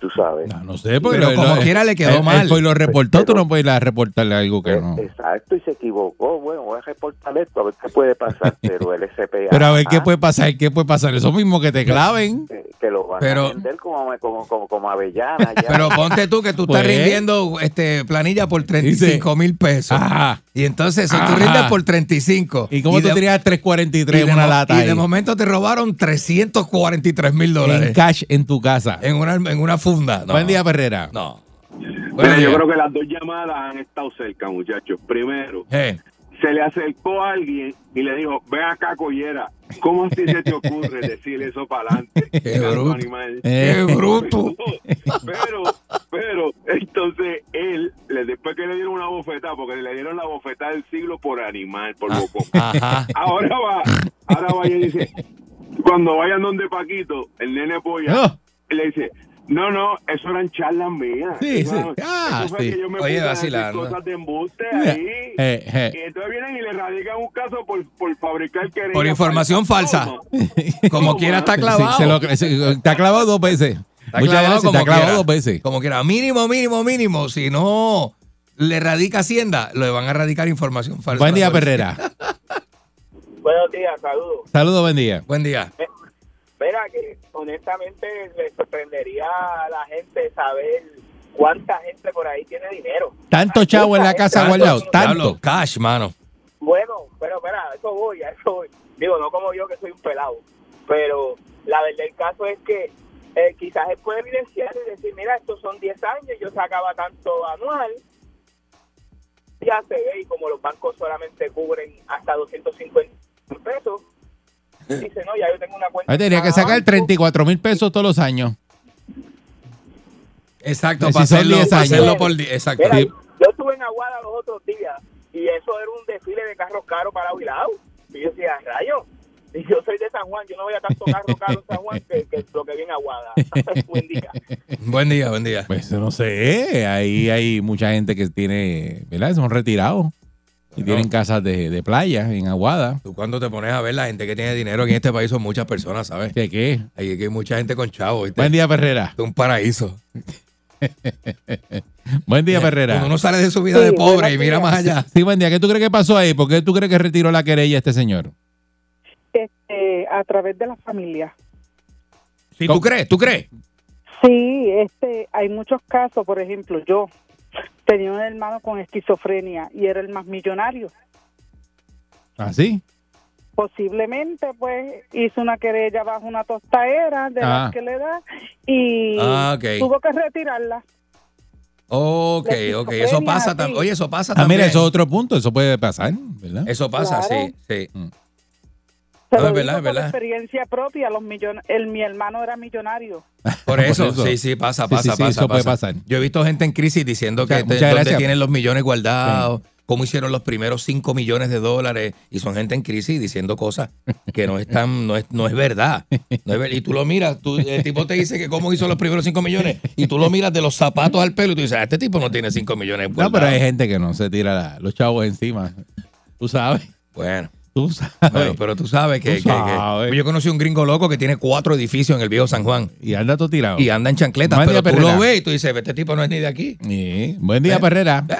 Tú sabes. No, no sé, porque Pero lo- como lo- quiera le quedó él- mal. él fue y lo reportó, tú Pero- no puedes ir a reportarle algo que Eh, no. Exacto, y se equivocó. Bueno, voy a reportar esto, a ver qué puede pasar, pero el SPA. Pero a ver qué ah, puede pasar, qué puede pasar. Eso mismo que te claven. Que, que lo van Pero- a vender como, como, como, como avellana. ya. Pero ponte tú que tú Pues. estás rindiendo este, planilla por 35 mil pesos. Ajá. Y entonces, si tú Ajá. rindes por 35. ¿Y cómo de- tú tiras y de 343 en una mo- lata Y de ahí? momento te robaron 343 mil en dólares cash en tu casa. en una, en una funda. No. Buen día, Perrera. No. Mira, Buen yo día. creo que las dos llamadas han estado cerca, muchachos. Primero, Eh, se le acercó a alguien y le dijo, ven acá, collera, ¿cómo así se te ocurre decir eso para adelante? Qué bruto. Eh. animal? ¡Qué bruto! Pero, pero, entonces él, le- después que le dieron una bofetada, porque le dieron la bofetada del siglo por animal, por Ah. bocón. Ah. Ajá. Ahora va, ahora va y dice, cuando vayan donde Paquito, el nene polla, No. le dice, no, no, eso eran charlas mías. Sí, Eso sí. era- Ah, eso fue sí. que yo me Oye, puse a vacilando. decir cosas de embuste Eh, ahí. eh. Y entonces vienen y le radican un caso por, por fabricar querella. Por información falsa. Toma. Como quiera está clavado. Sí, se lo- se- te ha clavado dos veces. Está Muchas clavado gracias, te ha como clavado pues, quiera. dos veces. Como quiera. Mínimo, mínimo, mínimo. Si no le radica Hacienda, le van a radicar información falsa. Pues, Buen día, Por- Perrera. Buenos días, saludos. Saludos, buen día. Buen día. Mira, que honestamente le sorprendería a la gente saber cuánta gente por ahí tiene dinero. Tanto chavo en la casa Tanto, guardado. diablo, Tanto. cash, mano. Bueno, pero espera, eso voy, a eso voy. Digo, no como yo que soy un pelado, pero la verdad el caso es que eh, quizás él puede evidenciar y decir, mira, estos son 10 años, yo sacaba tanto anual, ya se ve, y como los bancos solamente cubren hasta 250 pesos, dice, no, ya yo tengo una cuenta. Ahí tenía Ah, que en cada sacar banco". 34 mil pesos todos los años. Exacto, Si para son hacerlo, 10 para años. hacerlo por 10. Exacto. Mira, Sí. yo estuve en Aguada los otros días y eso era un desfile de carros caros para Vilao. Y yo decía, rayo, y yo soy de San Juan, yo no voy a tanto carro caro en San Juan que, que lo que vi en Aguada. Buen día. Buen día, buen día. Pues no sé, ahí hay mucha gente que tiene, ¿verdad? Son retirados y Bueno. tienen casas de, de playa en Aguada. Tú cuando te pones a ver la gente que tiene dinero aquí en este país son muchas personas, ¿sabes? ¿De qué? Hay, hay mucha gente con chavo, ¿viste? Buen día, Perrera. Es un paraíso. Buen día, Perrera. Uno no sale de su vida de Sí, pobre y buenos mira días. más allá. Sí, buen día. ¿Qué tú crees que pasó ahí? ¿Por qué tú crees que retiró la querella este señor? Este, a través de la familia. Sí, ¿Tú crees? ¿Tú crees? Sí, este, hay muchos casos, por ejemplo, yo tenía un hermano con esquizofrenia y era el más millonario. ¿Ah, sí? Posiblemente, pues, hizo una querella bajo una tostadera de Ah. las que le da y Ah, ok. Ah, tuvo que retirarla. Ok, La ok. Eso pasa esquizofrenia, también. sí. Oye, eso pasa Ah, también. mira, eso es otro punto. Eso puede pasar, ¿verdad? Eso pasa, Claro. sí, sí. Se No, lo es digo verdad, es por verdad. experiencia propia, los millon el, mi hermano era millonario. Por eso, eso. sí, sí, pasa, Sí, pasa, sí, sí, pasa. eso puede pasa. pasar. Yo he visto gente en crisis diciendo Muchas- que te- muchas dónde gracias. tienen los millones guardados, cómo hicieron los primeros 5 millones de dólares, y son gente en crisis diciendo cosas que no están, no es, no es verdad. No es ver- y tú lo miras, tú- el tipo te dice que cómo hizo los primeros 5 millones, y tú lo miras de los zapatos al pelo y tú dices, "Ah, este tipo no tiene 5 millones No, guardados. pero hay gente que no se tira la- los chavos encima. Tú sabes, Bueno. tú sabes. bueno, pero tú sabes que, Tú que- que- sabes. yo conocí un gringo loco que tiene cuatro edificios en el viejo San Juan Y anda todo tirado. y anda en chancletas, Buen día, pero tú lo Perrera. ves y tú dices, este tipo no es ni de aquí. Sí. Buen día, Eh. Perrera. Eh.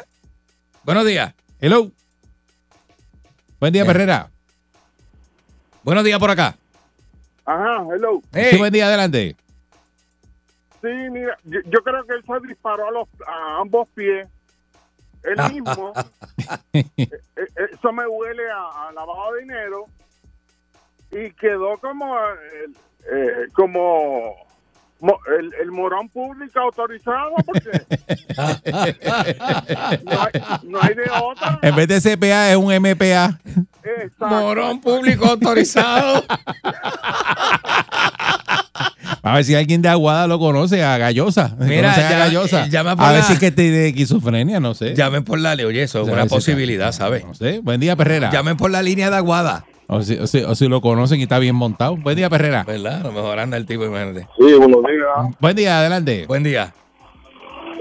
Buenos días. Hello. Buen día, Eh. Perrera. Buenos días por acá. Ajá, hello. Hey. Sí, buen día, adelante. Sí, mira, yo, yo creo que él se disparó a, los, a ambos pies. Él mismo. Eh, eh, Eso me huele a, a lavado de dinero. Y quedó como el, eh, como mo- el, el morón público autorizado porque no hay, no hay de otra. En vez de CPA es un MPA. Exacto. Morón público autorizado. A ver si alguien de Aguada lo conoce, a Gallosa. Si Mira, conoce a ya- Gallosa. eh, llama por a ver la- si es que te de esquizofrenia, no sé. Llamen por la ley. Oye, eso es Ya una ves, posibilidad, sí, ¿sabes? No sé. Buen día, Perrera. Llamen por la línea de Aguada. O si, o si- o si lo conocen y está bien montado. Buen día, Perrera. ¿Verdad? A lo mejor anda el tipo, imagínate. Sí, buenos días. Buen día, adelante. Buen día.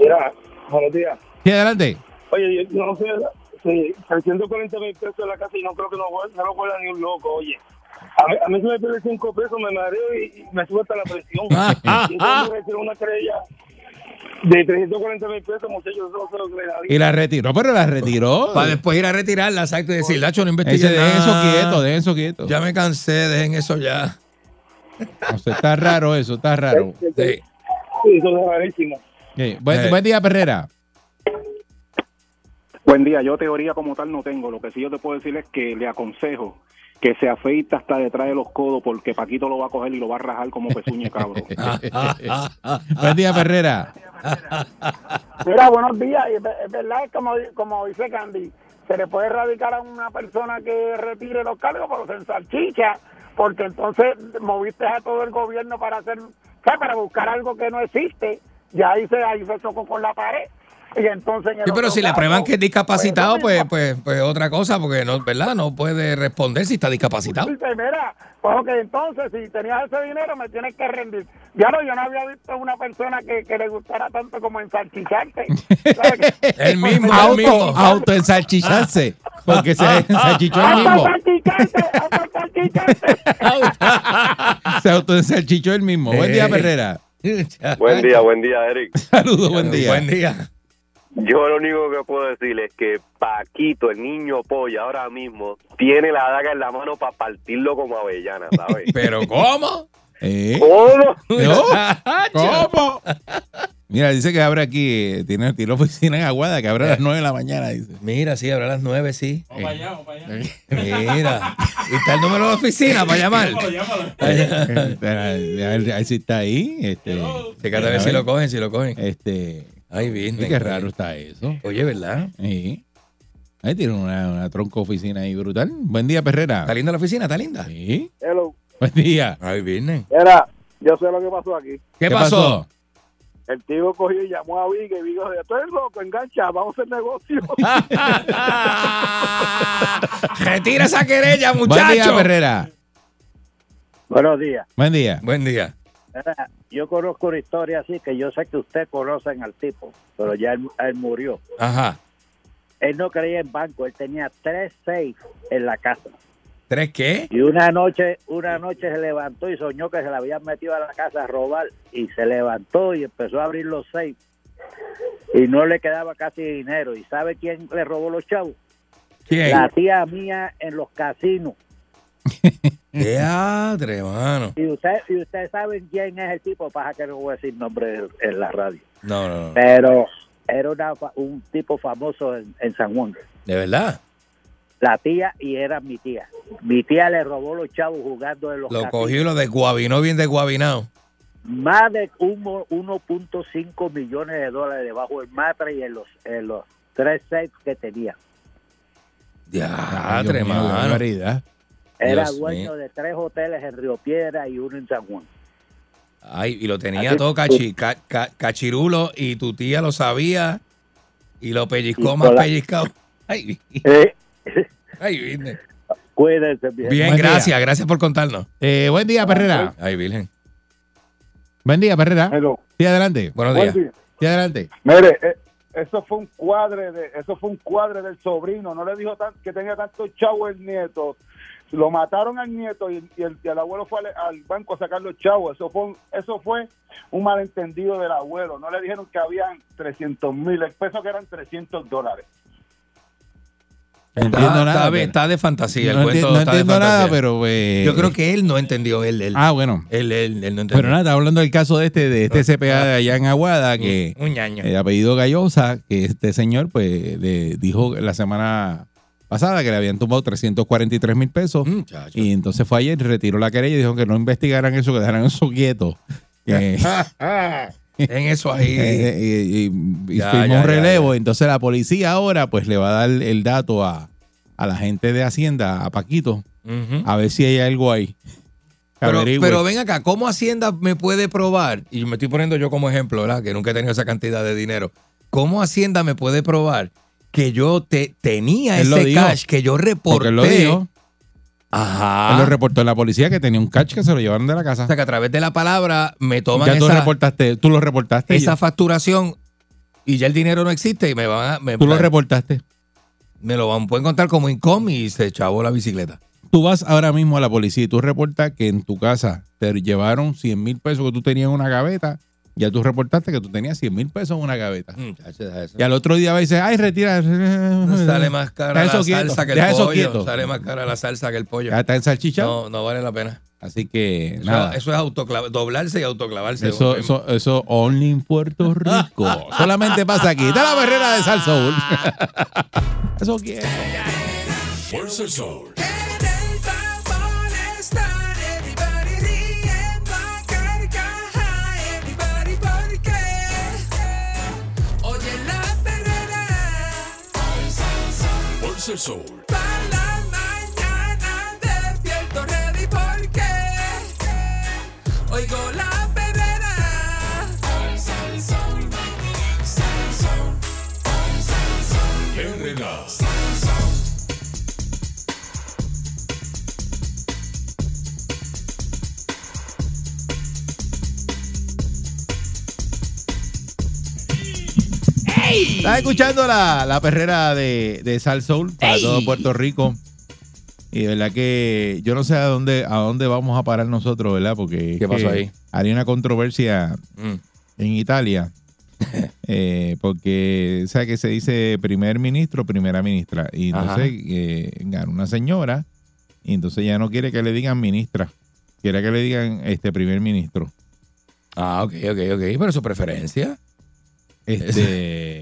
Mira, buenos días. Sí, adelante. Oye, yo no sé, sí, 340 mil pesos en la casa y no creo que no, vuel- no lo vuelva ni un loco, oye. A mí, a mí se me pierde 5 pesos, me mareo y, y me sube hasta la presión. y eso me retiró una querella de 340 mil pesos, muchachos, eso no se lo cree nadie. Y la retiró, pero la retiró. Para después ir a retirarla, exacto, y decir, Lacho, Ese, no investigues dejen eso nada. quieto, dejen eso quieto. Ya me cansé, dejen eso ya. O sea, está raro eso, está raro. Sí. Sí, eso es rarísimo. Sí. Buen, Eh. buen día, Perrera. Buen día, yo teoría como tal no tengo, lo que sí yo te puedo decir es que le aconsejo que se afeite hasta detrás de los codos porque Paquito lo va a coger y lo va a rajar como pezuña cabrón. Ah. Buen día, Perrera. Mira, buenos días. Y Es ver- es verdad, es como, di- como dice Candy, se le puede erradicar a una persona que retire los cargos, pero se ensalchicha, porque entonces moviste a todo el gobierno para hacer, ¿sabes? para buscar algo que no existe, y ahí se, ahí se chocó con la pared. Y entonces en el Sí, pero otro si le caso, prueban que es discapacitado, pues, pues, lo mismo. pues, pues otra cosa, porque no, ¿verdad? No puede responder si está discapacitado. Dice, mira, pues ok, entonces si tenías ese dinero me tienes que rendir. Ya no, yo no había visto una persona que, que le gustara tanto como ensalchicharte. ¿sabes? El mismo, el Auto, mismo. Ah, autoensalchicharse. Porque se ensalchichó el ¡Hasta mismo. salchicharte! ¡Hasta salchicharte! Se autoensalchichó el mismo. Buen día, Eh. Perrera. Buen día, buen día, Eric. Saludos, buen día. Buen día. Yo lo único que puedo decir es que Paquito, el niño polla, ahora mismo tiene la daga en la mano para partirlo como avellana, ¿sabes? ¿Pero cómo? Eh. ¿Cómo? No. ¿Cómo? Mira, dice que abre aquí, eh, tiene, tiene oficina en Aguada, que abre a las 9 de la mañana, dice. Mira, sí, habrá las nueve, sí. Vamos Eh, para allá, vamos para allá. Mira. Y está el número de oficina para llamar. Llámalo, llámalo. Espera, a Este, ver, a ver si está ahí. Este, Fíjate a ver si lo cogen, si lo cogen. Este, Ay, sí, bien. qué raro está eso. Oye, ¿verdad? Sí. Ahí tiene una, una tronco oficina ahí brutal. Buen día, Perrera. ¿Está linda la oficina? ¿Está linda? Sí. Hello. Buen día. Ay, Virgen. Era, yo sé lo que pasó aquí. ¿Qué, pasó? El tío cogió y llamó a Viga y Viga dijo, tú eres loco, engancha, vamos a hacer negocio. Ah, Retira esa querella, Buen día, muchacho. Perrera. Buenos días. Buen día. Buen día. Era, Yo conozco una historia así que yo sé que usted conocen al tipo, pero ya él, él murió. Ajá. Él no creía en banco, él tenía tres seis en la casa. ¿Tres qué? Y una noche, una noche se levantó y soñó que se le habían metido a la casa a robar y se levantó y empezó a abrir los seis y no le quedaba casi dinero. ¿Y sabe quién le robó los chavos? ¿Quién? La tía mía en los casinos. Teatre, mano. Y usted, y usted sabe quién es el tipo, pasa que no voy a decir nombre en, en la radio. No, no, no. Pero era una fa- un tipo famoso en, en San Juan. De verdad. La tía y era mi tía. Mi tía le robó los chavos jugando en los Lo casinos. cogió y lo desguabinó bien desguabinado. Más de uno- 1.5 millones de dólares debajo del matre y en los, en los tres sets que tenía. Ay, Dios Teatre, mío, qué mano. barbaridad. Era Dios dueño mío. de tres hoteles en Río Piedra y uno en San Juan. Ay, y lo tenía Así- todo cachi- ca- ca- cachirulo y tu tía lo sabía y lo pellizcó Y más con la- pellizcado. Ay, Eh, ay, Virgen. cuídense, mi gente. Bien, Buen día. gracias, gracias por contarnos. Eh, buen día, Perrera. Ay, Virgen. Buen día, Perrera. Hello. Sí, adelante. Buenos Buen días. día. Sí, adelante. Mire, eh, eso fue un cuadre de, eso fue un cuadre del sobrino. No le dijo tan- que tenía tanto chavo el nieto. Lo mataron al nieto y, y el, y el abuelo fue al, al banco a sacar los chavos. Eso fue, un- eso fue un malentendido del abuelo. No le dijeron que habían 300 mil pesos, que eran 300 dólares. No Está, entiendo nada. Ah, está bien, pero- está de fantasía. no el enti- cuento no está de entiendo nada, fantasía. pero. eh, Yo creo que él no entendió. Él, él, Ah, bueno. él, él, él no entendió. Pero nada, está hablando del caso de este, de este CPA de allá en Aguada, que Un- un ñaño. el apellido Gallosa, que este señor, pues, le dijo la semana pasada que le habían tumbado 343 mil pesos. Mm, chacho. Y entonces fue ayer, retiró la querella y dijo que no investigaran eso, que dejaran eso quieto. Eh, Que- Ten eso ahí. Eh, eh, y, y Ya, firmó un ya, ya, relevo. Entonces la policía ahora pues le va a dar el dato a, a la gente de Hacienda, a Paquito, Ujú. a ver si hay algo ahí. que Pero, averigüe. pero ven acá, ¿cómo Hacienda me puede probar? Y me estoy poniendo yo como ejemplo, ¿verdad? Que nunca he tenido esa cantidad de dinero. ¿Cómo Hacienda me puede probar que yo te, tenía Él lo ese dijo. cash que yo Porque reporté? él lo dijo, Ajá. él lo reportó en la policía que tenía un catch que se lo llevaron de la casa. o sea, que a través de la palabra me toman ya tú esa, reportaste, tú lo reportaste. esa yo- facturación y ya el dinero no existe y me van a, me, tú lo reportaste. me lo van, pueden contar como income y se chavó la bicicleta. Tú vas ahora mismo a la policía y tú reportas que en tu casa te llevaron 100 mil pesos que tú tenías en una gaveta. Ya tú reportaste que tú tenías 100 mil pesos en una gaveta. Mm, chacho, deja eso. Y al otro día va y dice, ay, retira. Sale más cara Deja la eso quieto, salsa que el deja eso pollo. quieto. Sale más cara la salsa que el pollo. Ya está ensalchichado. No, no vale la pena. Así que Eso, nada. Eso, eso es autoclav- doblarse y autoclavarse. eso, eso, only en Puerto Rico. Solamente pasa aquí. Está la barrera de Sal Soul. eso quiero. Fuerza el Sol. En el tapón están everybody riendo a carcaja, everybody porque oye la perrera Fuerza el Sol. para la mañana despierto ready porque oigo la perrera Herrera. Estás escuchando la, la perrera de, de Sal Soul para todo Puerto Rico. Y de verdad que yo no sé a dónde, a dónde vamos a parar nosotros, ¿verdad? Porque es ¿Qué pasó que ahí? Mm. Hay una controversia en Italia. eh, porque, o sea, que se dice primer ministro, primera ministra. Y Ajá. entonces eh, ganó una señora y entonces ya no quiere que le digan ministra. Quiere que le digan este primer ministro. Ah, ok, ok, ok. Pero su preferencia. Este,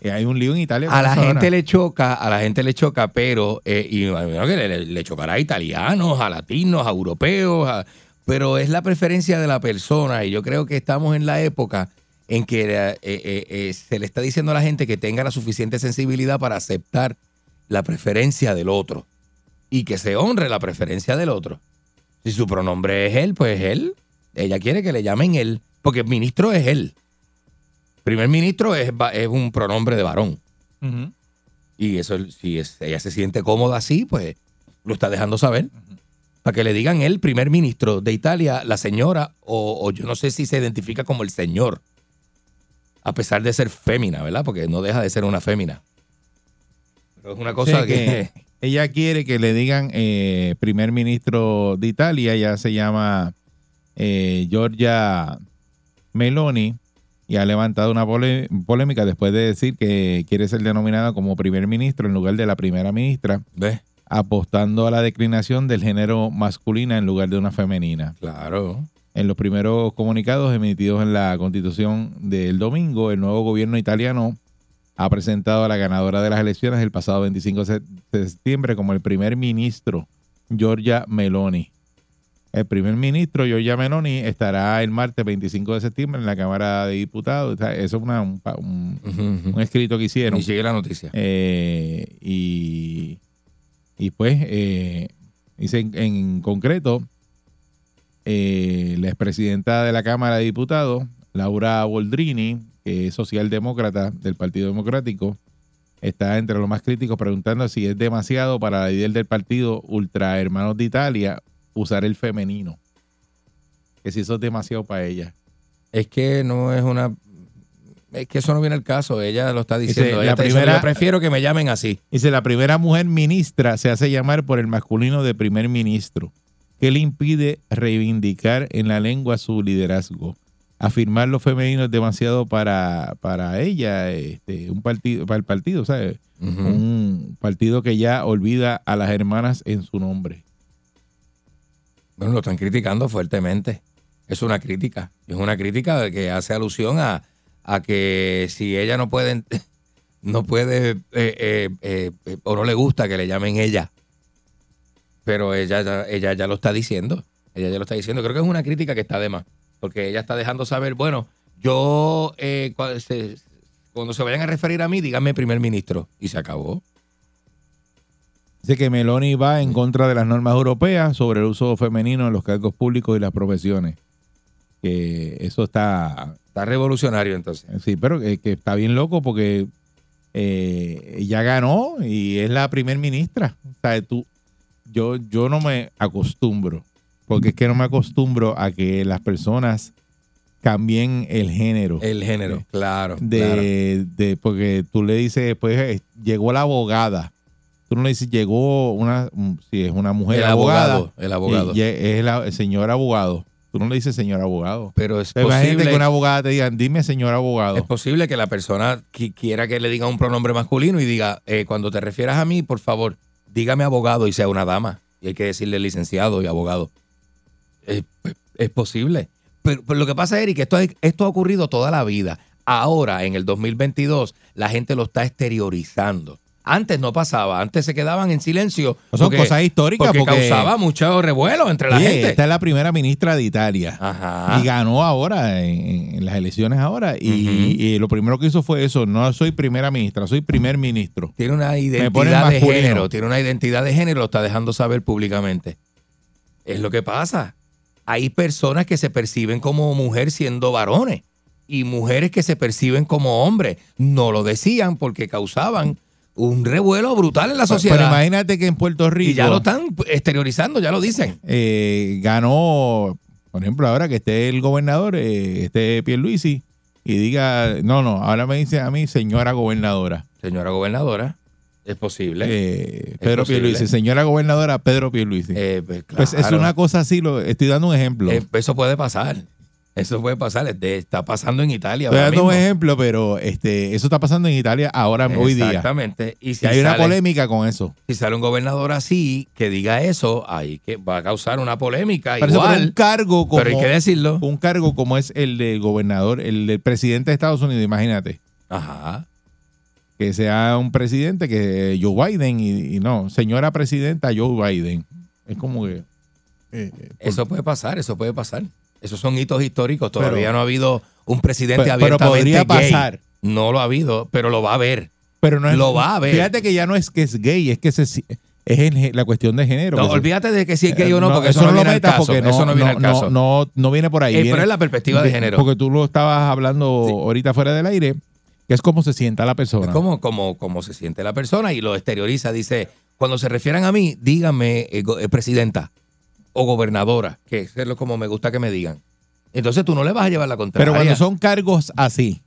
eh, hay un lío en Italia. A la Ahora. gente le choca, a la gente le choca, pero. eh, y bueno, que le, le chocará a italianos, a latinos, a europeos. a- pero es la preferencia de la persona. Y yo creo que estamos en la época en que eh, eh, eh, se le está diciendo a la gente que tenga la suficiente sensibilidad para aceptar la preferencia del otro. Y que se honre la preferencia del otro. Si su pronombre es él, pues él. Ella quiere que le llamen él, porque el ministro es él. Primer ministro es, va- es un pronombre de varón. Ujú. Y eso, si es- ella se siente cómoda así, pues lo está dejando saber. Para que le digan el primer ministro de Italia, la señora, o, o yo no sé si se identifica como el señor. A pesar de ser fémina, ¿verdad? Porque no deja de ser una fémina. Pero es una cosa Sí, que... que- Ella quiere que le digan eh, primer ministro de Italia, ella se llama eh, Giorgia Meloni, y ha levantado una pole- polémica después de decir que quiere ser denominada como primer ministro en lugar de la primera ministra, apostando a la declinación del género masculina en lugar de una femenina. Claro. En los primeros comunicados emitidos en la constitución del domingo, el nuevo gobierno italiano ha presentado a la ganadora de las elecciones el pasado 25 de septiembre como el primer ministro, Giorgia Meloni. El primer ministro, Giorgia Meloni, estará el martes 25 de septiembre en la Cámara de Diputados. O sea, Eso es una- un, pa- un- un escrito que hicieron. Y sigue la noticia. Eh, y, y pues, eh, dice en, en concreto, eh, la expresidenta de la Cámara de Diputados, Laura Boldrini, que es socialdemócrata del Partido Democrático, está entre los más críticos preguntando si es demasiado para la líder del partido Ultra Hermanos de Italia usar el femenino. Que si eso es demasiado para ella. Es que no es una. Es que eso no viene al caso. Ella lo está diciendo. Dice, Ella la está diciendo, primera- yo prefiero que me llamen así. Dice, la primera mujer ministra se hace llamar por el masculino de primer ministro, que le impide reivindicar en la lengua su liderazgo. Afirmar lo femenino es demasiado para, para ella, este, un partido, para el partido, ¿sabes? mm. Un partido que ya olvida a las hermanas en su nombre. Bueno, lo están criticando fuertemente. Es una crítica. Es una crítica de que hace alusión a, a que si ella no puede, no puede eh, eh, eh, eh, o no le gusta que le llamen ella. Pero ella, ya- ella ya lo está diciendo. Ella ya lo está diciendo. Creo que es una crítica que está de más. Porque ella está dejando saber, bueno, yo eh, cua- se- cuando se vayan a referir a mí, díganme primer ministro. Y se acabó. Dice que Meloni va en contra de las normas europeas sobre el uso femenino en los cargos públicos y las profesiones. Que eso está... Está revolucionario entonces. Sí, pero que, que está bien loco porque eh, ya ganó y es la primer ministra. O sea, tú, yo, yo no me acostumbro, porque es que no me acostumbro a que las personas cambien el género. El género, claro. De, claro. de- porque tú le dices, pues eh, llegó la abogada. Tú no le dices, llegó una, mm, si es una mujer El abogada. abogado, el abogado. y- y es la- el señor abogado. Tú no le dices señor abogado. Pero es Imagínate posible- que una abogada te diga, dime señor abogado. Es posible que la persona qui- quiera que le diga un pronombre masculino y diga, eh, cuando te refieras a mí, por favor, dígame abogado y sea una dama. Y hay que decirle licenciado y abogado. Es, es posible. Pero, pero lo que pasa, Eric, que esto, ha- esto ha ocurrido toda la vida. Ahora, en el 2022, la gente lo está exteriorizando. Antes no pasaba, antes se quedaban en silencio. No son cosas históricas, porque, porque- causaba mucho revuelo entre la Oye, gente. Esta es la primera ministra de Italia. Ajá. Y ganó ahora, en, en las elecciones ahora. Y, y lo primero que hizo fue eso, no soy primera ministra, soy primer ministro. Tiene una ponen identidad de masculino. género, tiene una identidad de género, lo está dejando saber públicamente. Es lo que pasa. Hay personas que se perciben como mujer siendo varones y mujeres que se perciben como hombres. No lo decían porque causaban un revuelo brutal en la Pero- sociedad. Pero imagínate que en Puerto Rico y ya lo están exteriorizando, ya lo dicen. eh, ganó, por ejemplo, ahora que esté el gobernador, eh, esté Pierluisi, y diga, no, no, ahora me dice a mí señora gobernadora. Señora gobernadora, es posible. Eh, Pedro posible. Pierluisi, señora gobernadora Pedro Pierluisi. Eh, pues, Pues es claro. una cosa así, lo, estoy dando un ejemplo. Eh, eso puede pasar. Eso puede pasar. De- Está pasando en Italia. Estoy ahora dando un mismo. ejemplo, pero este, eso está pasando en Italia ahora, hoy día. Exactamente. Y si hay una sale- polémica con eso. Si sale un gobernador así, que diga eso, ahí que va a causar una polémica Pero eso, pero un Ah, igual. cargo como, Pero hay que decirlo. un cargo como es el del gobernador, el del presidente de Estados Unidos, imagínate. Ajá. Que sea un presidente que Joe Biden y, y no, señora presidenta Joe Biden. Es como que... eh, Eso puede pasar, eso puede pasar. Esos son hitos históricos. Todavía Pero- no ha habido un presidente Pero- pero abiertamente podría gay. pasar. No lo ha habido, pero lo va a haber. pero no es- Lo va a ver. Fíjate que ya no es que es gay, es que se- es el- la cuestión de género. No, que se- olvídate de que si es gay o no, Eh, porque eso, no, viene al metas caso. porque eso no viene al caso. No, no, no viene por ahí. Eh, pero viene- es la perspectiva de género. Porque tú lo estabas hablando ahorita fuera del aire, que es como se sienta la persona. Es como, como, como se siente la persona y lo exterioriza. Dice, cuando se refieran a mí, díganme eh, go- eh, presidenta o gobernadora, que es lo como me gusta que me digan. Entonces tú no le vas a llevar la contraria. Pero cuando son cargos así,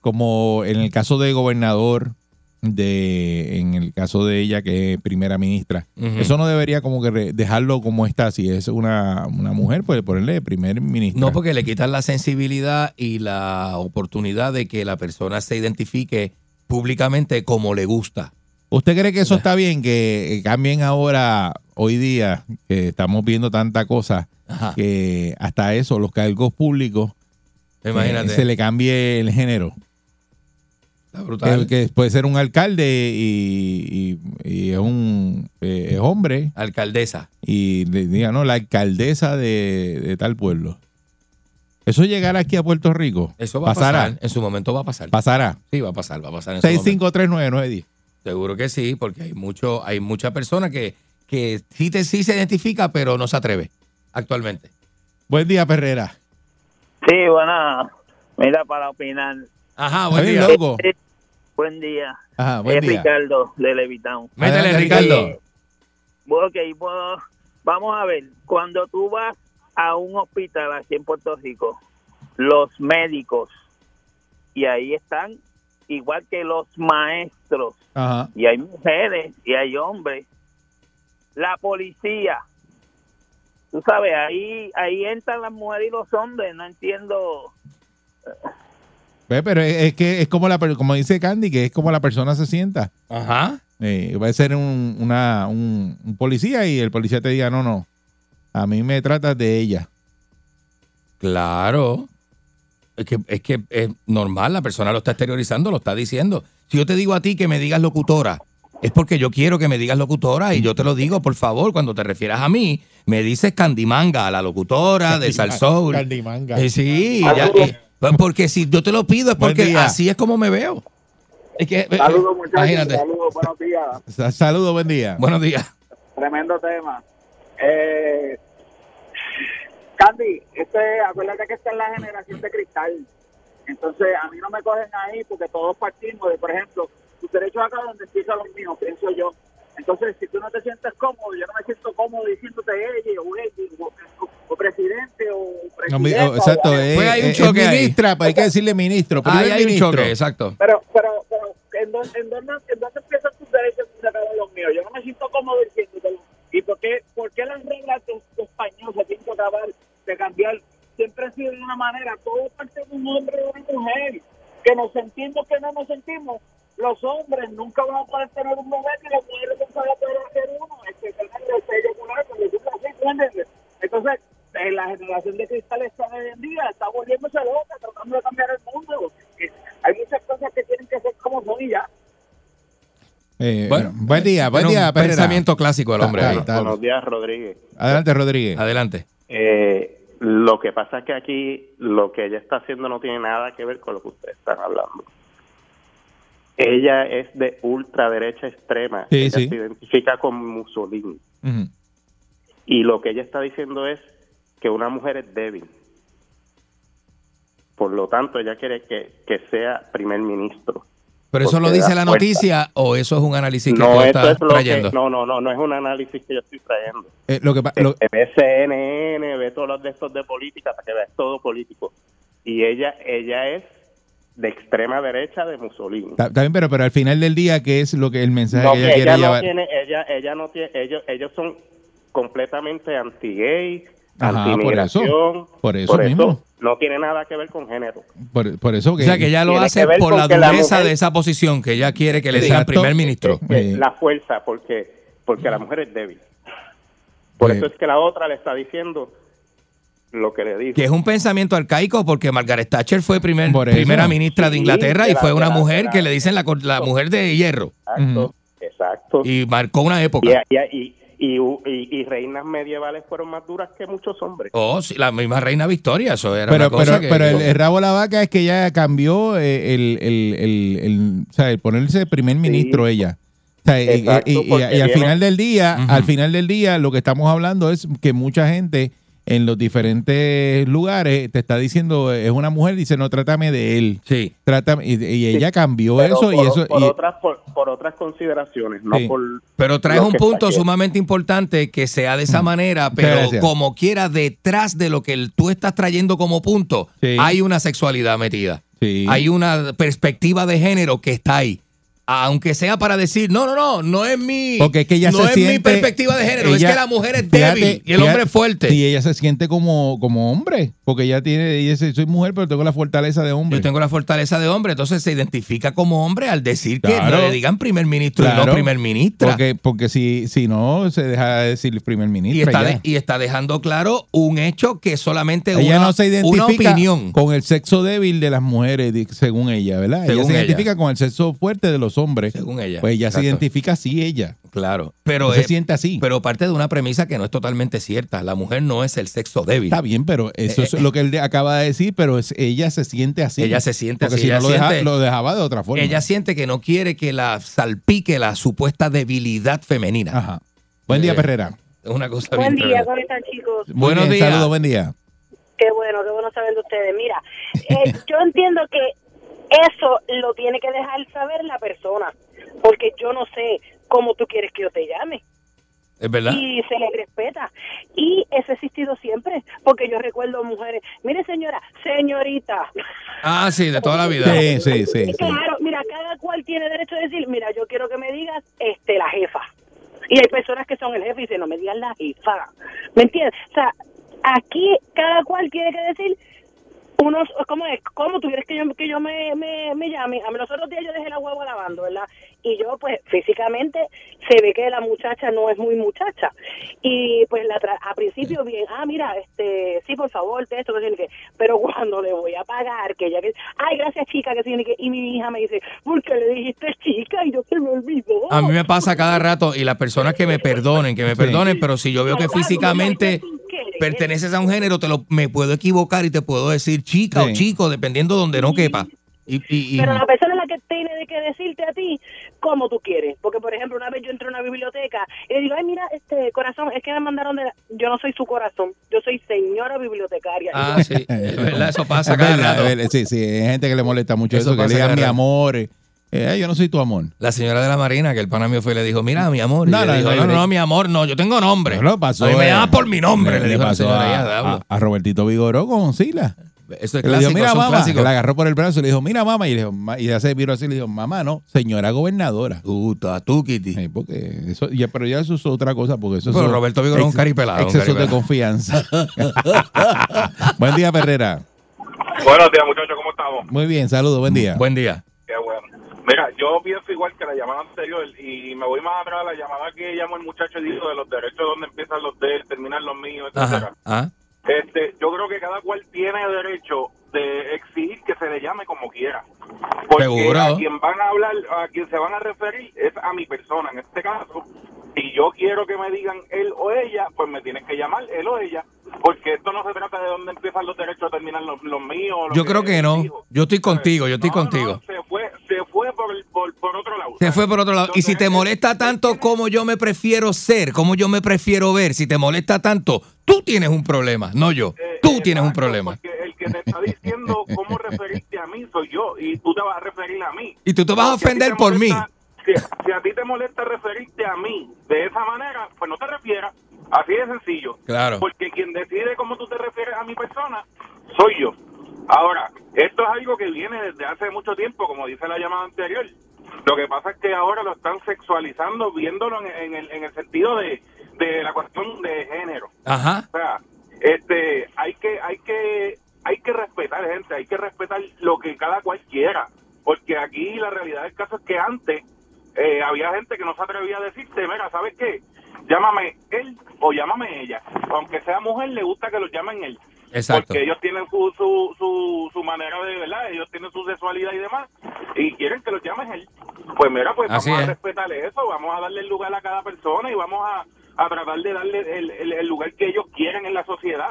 como en el caso de gobernador, de, en el caso de ella, que es primera ministra. Ujú. Eso no debería como que re- dejarlo como está. Si es una, una mujer, pues ponerle primer ministro. No, porque le quitan la sensibilidad y la oportunidad de que la persona se identifique públicamente como le gusta. ¿Usted cree que eso está bien? Que eh, cambien ahora, hoy día, que estamos viendo tanta cosa, Ajá. que hasta eso, los cargos públicos, Imagínate. eh, se le cambie el género. Está brutal. Que, que puede ser un alcalde y, y- y es un eh, es hombre Alcaldesa. y le diga, no, la alcaldesa de, de tal pueblo. Eso llegará aquí a Puerto Rico. Eso va Pasará. a pasar. En su momento va a pasar. Pasará. Sí, va a pasar, va a pasar en su momento. 6539910. Seguro que sí, porque hay mucho, hay mucha persona que, que sí, te, sí se identifica, pero no se atreve actualmente. Buen día, Perrera. Sí, bueno, mira para opinar. Ajá, buen Está bien día. loco. Sí, Buen día. Ajá, buen es día. Ricardo de Levitown. Métele, Ricardo. Ok, bueno, vamos a ver. Cuando tú vas a un hospital aquí en Puerto Rico, los médicos, y ahí están, igual que los maestros, Ajá. y hay mujeres y hay hombres. La policía, tú sabes, ahí ahí entran las mujeres y los hombres, no entiendo. Ve, Pero es, es que es como la per- como dice Candy, que es como la persona se sienta. Ajá. Eh, va a ser un, una- un- un policía y el policía te diga, no, no, a mí me tratas de ella. Claro. Es que, es que es normal, la persona lo está exteriorizando, lo está diciendo. Si yo te digo a ti que me digas locutora, es porque yo quiero que me digas locutora y yo te lo digo, por favor, cuando te refieras a mí, me dices Candimanga, la locutora de Salsoul. Candimanga. Eh, sí, ya, eh, pues porque si yo te lo pido es Buen porque día. así es como me veo. Es que, eh, eh, Saludos, muchachos. imagínate. Saludos, buenos días. Sa- Saludos, buen día. Buenos días. Tremendo tema. Eh, Candy, este, acuérdate que esta es la generación de cristal. Entonces, a mí no me cogen ahí porque todos partimos de, por ejemplo, tus derechos acá donde empiezan los míos, pienso yo. Entonces, si tú no te sientes cómodo, yo no me siento cómodo diciéndote ella o ella o, o- o presidente o No, mi- presidenta. oh, exacto, o- es, Pues hay un es- es choque ahí. ministra, pues hay que decirle ministro. Ahí primer hay un ministro. choque, exacto. Pero, pero, pero ¿en, dónde, en, dónde, ¿en dónde empiezan tus derechos y se acaban los míos? Yo no me siento cómodo diciéndotelo. ¿Y por qué, por qué las reglas de, de español se tienen que acabar de cambiar? Siempre ha sido de una manera, todo parte de un hombre y una mujer. Que nos sentimos, que no nos sentimos. Los hombres nunca van a poder tener un bebé y las mujeres nunca van a poder hacer uno. Es que tener el sello ocular, porque tú así, ¿entiendes? Entonces, eh, la generación de cristal está hoy en día, está volviéndose loca, tratando de cambiar el mundo. Eh, Hay muchas cosas que tienen que ser como son y ya. Eh, Bueno, eh, buen día, buen Era un día, Perrera. pensamiento clásico del hombre. Ta- ta- ahí. ta- Buenos días, Rodríguez. Adelante, Rodríguez. Adelante. Eh, lo que pasa es que aquí lo que ella está haciendo no tiene nada que ver con lo que ustedes están hablando. Ella es de ultraderecha extrema. Sí, ella sí. se identifica con Mussolini. eh, Ujú. Y lo que ella está diciendo es que una mujer es débil. Por lo tanto, ella quiere que, que sea primer ministro. Pero eso Porque lo dice da la cuenta. noticia o eso es un análisis que tú no, eso estás es lo trayendo. que, no, no, no, no es un análisis que yo estoy trayendo. Eh, lo que pa- lo- Te ve CNN, ve todos los de estos de política, para que veas todo político. Y ella ella es de extrema derecha de Mussolini. ta- Está bien, pero, pero al final del día, ¿qué es lo que el mensaje No, Ah, que que ella quiere ella no llevar? tiene, ella, ella no tiene, ellos, ellos son completamente anti-gay, Ajá, por eso. anti-migración. Por eso mismo. no tiene nada que ver con género. Por, por eso que. O sea, que ella lo Tiene hace que ver por con la que la dureza mujer- de esa posición que ella quiere que le sea Exacto. primer ministro. Eh, La fuerza, porque porque la mujer es débil. Por Eh. eso es que la otra le está diciendo lo que le dijo. Que es un pensamiento arcaico porque Margaret Thatcher fue primer, Por eso. primera ministra de Sí, Inglaterra y de la- fue una de la- mujer de la- que le dicen la, cor- la mujer de hierro Exacto, Ujú. exacto. y marcó una época. Y, y, y, y, y- y reinas medievales fueron más duras que muchos hombres. Oh, sí, la misma reina Victoria, eso era pero una cosa pero, que- pero el, que- el rabo de la vaca es que ella cambió eh, el, el, el, el- o sea, el ponerse primer ministro ella. O sea, y- y- Exacto, y, y- porque y al viene- final del día, Ujú. al final del día, lo que estamos hablando es que mucha gente en los diferentes lugares te está diciendo, es una mujer, dice, no, trátame de él. Sí. Trátame, y, y ella cambió Pero eso y por, eso. por y- otras por, por otras consideraciones, no Sí. por Pero traes lo un que punto está sumamente importante que sea de esa manera, pero Mm. gracias. como quiera, detrás de lo que el- tú estás trayendo como punto, Sí. hay una sexualidad metida. Sí. Hay una perspectiva de género que está ahí. aunque sea para decir, no, no, no, no es mi, Porque es que ella no se es mi siente- perspectiva de género, ella- es que la mujer es fíjate, débil y el fíjate, hombre es fuerte. Y ella se siente como, como hombre, porque ella tiene, ella dice, soy mujer, pero tengo la fortaleza de hombre. pues, Yo tengo la fortaleza de hombre, entonces se identifica como hombre al decir que Claro. no le digan primer ministro y Claro. no primer ministra. Porque, porque si, si no, se deja de decir primer Y ministro. está, de- y está dejando claro un hecho que solamente ella una, no se una identifica opinión. con el sexo débil de las mujeres, di- según ella, ¿verdad? Según ella se ella. identifica con el sexo fuerte de los hombres. Según ella. Pues ella se Exacto. identifica así, ella. Claro. Pero No se siente así. Pero parte de una premisa que no es totalmente cierta. La mujer no es el sexo débil. Está bien, pero eso Eh, es eh. lo que él de- acaba de decir, pero es, ella se siente así. Ella se siente Porque así, si no ella lo, deja- siente- lo dejaba de otra forma. Ella siente que no quiere que la salpique la supuesta debilidad femenina. Ajá. Buen día, Eh, Perrera. Es una cosa Buen bien día, tremenda. ¿cómo están chicos? Muy Buenos bien, días. Saludos, buen día. Qué bueno, qué bueno saber de ustedes. Mira, eh, yo entiendo que eso lo tiene que dejar saber la persona, porque yo no sé cómo tú quieres que yo te llame. Es verdad. Y se le respeta. Y eso ha existido siempre, porque yo recuerdo mujeres, mire señora, señorita. Ah, sí, de toda la vida. Sí, sí, sí, sí. Claro, mira, cada cual tiene derecho a decir, mira, yo quiero que me digas este la jefa. Y hay personas que son el jefe y dicen, no me digas la jefa. ¿Me entiendes? O sea, aquí cada cual tiene que decir unos, ¿cómo es? ¿Cómo tú quieres que yo, que yo me, me, me llame? A mí los otros días yo dejé la guagua lavando, ¿verdad? Y yo, pues, físicamente se ve que la muchacha no es muy muchacha. Y, pues, la tra- a principio bien, ah, mira, este, sí, por favor, de esto, que tiene que... Pero cuando le voy a pagar, que ella que... Ay, gracias, chica, que tiene que... Y mi hija me dice, ¿por qué le dijiste chica? Y yo, se me olvidó. A mí me pasa cada rato y las personas que me perdonen, que me perdonen, pero si yo veo que físicamente perteneces a un género, te lo, me puedo equivocar y te puedo decir chica o chico, dependiendo donde no quepa. Y, y- y- Pero la persona es la que tiene de que decirte a ti cómo tú quieres. Porque, por ejemplo, una vez yo entré a una biblioteca y le digo, ay, mira, este corazón, es que me mandaron de... la-". Yo no soy su corazón, yo soy señora bibliotecaria. Ah, sí, es verdad, eso pasa Es cada verdad, rato. es verdad. Sí, sí, hay gente que le molesta mucho Eso eso, que pasa le digan cada mi rato. amor. eh, eh, yo no soy tu amor. La señora de la Marina, que el pana mío fue y le dijo, mira, mi amor. Y No, ella no, dijo, no, no, no, no. mi amor, no, yo tengo nombre. No, pasó, A mí me eh, llama por mi nombre, le, dijo la pasó señora. a- ya, diablo. a, a Robertito Vigoró con Sila. Eso es Que le dijo, clásico, mira, eso es mamá. un que clásico. la agarró por el brazo y le dijo, mira, mamá. Y, le dijo, "Ma-". y ella se viró así y le dijo, mamá, no, señora gobernadora. Tú, tú, Kitty. porque eso, ya, pero ya eso es otra cosa. porque eso Pero es- Roberto Vigoró es un ex- caripelado, un Exceso de caripelado. confianza. buen día, Perrera. Buenos días, muchachos, ¿cómo estamos? Muy bien, saludos, buen día. Buen día. Qué bueno. Mira, yo pienso igual que la llamada anterior y me voy más atrás a la llamada que llamó el muchacho y dijo de los derechos, donde empiezan los de él, terminan los míos, etcétera. Ah, Este, yo creo que cada cual tiene derecho de exigir que se le llame como quiera. Que a seguro. quien van a hablar, a quien se van a referir es a mi persona. En este caso, si yo quiero que me digan él o ella, pues me tienen que llamar él o ella, porque esto no se trata de dónde empiezan los derechos, terminan los, los míos. los Yo creo que no. Yo estoy contigo, yo estoy contigo. se fue, se fue por, el- por, por otro lado. Se fue por otro lado. Y si te molesta tanto como yo me prefiero ser, como yo me prefiero ver, si te molesta tanto, tú tienes un problema, no yo. Eh, Tú tienes un problema. El que te está diciendo cómo referirte a mí soy yo y tú te vas a referir a mí. Y tú te vas Si a a ti te ofender por mí. molesta- Si, si a ti te molesta referirte a mí de esa manera, pues no te refieras. Así de sencillo. Claro. Porque quien decide cómo tú te refieres a mi persona soy yo. Ahora, esto es algo que viene desde hace mucho tiempo, como dice la llamada anterior. Lo que pasa es que ahora lo están sexualizando, viéndolo en, en el, en el sentido de, de la cuestión de género. Ajá. O sea, este, hay que, hay que, hay que respetar gente, hay que respetar lo que cada cual quiera, porque aquí la realidad del caso es que antes eh, había gente que no se atrevía a decirte, mira, ¿sabes qué? Llámame él o llámame ella, aunque sea mujer le gusta que lo llamen él, Exacto. porque ellos tienen su, su, su, su manera de, ¿verdad? Ellos tienen su sexualidad y demás, y quieren que los llames él. Pues mira, pues Así vamos es. a respetarle eso, vamos a darle el lugar a cada persona y vamos a, a tratar de darle el, el- el lugar que ellos quieren en la sociedad.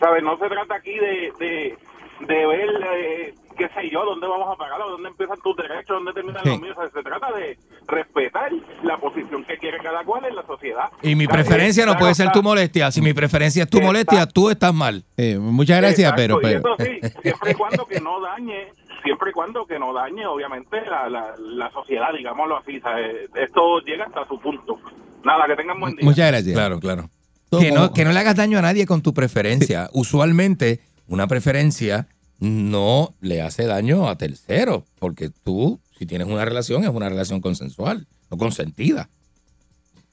¿Sabes? No se trata aquí de, de, de ver, eh, qué sé yo, dónde vamos a pagarlo, dónde empiezan tus derechos, dónde terminan los míos. O sea, se trata de respetar la posición que quiere cada cual en la sociedad. Y mi ¿Sabes? preferencia no Claro puede ser está. tu molestia. Si mi preferencia es tu molestia, tú estás mal. Eh, muchas gracias, Exacto, pero, y pero eso sí, siempre y cuando que no dañe, siempre y cuando que no dañe, obviamente, la, la, la sociedad, digámoslo así. ¿sabes? Esto llega hasta su punto. Nada, que tengan buen día. muchas gracias. Claro, claro. Que no, que no le hagas daño a nadie con tu preferencia. Usualmente, una preferencia no le hace daño a terceros, porque tú, si si tienes una relación, es una relación consensual, no consentida.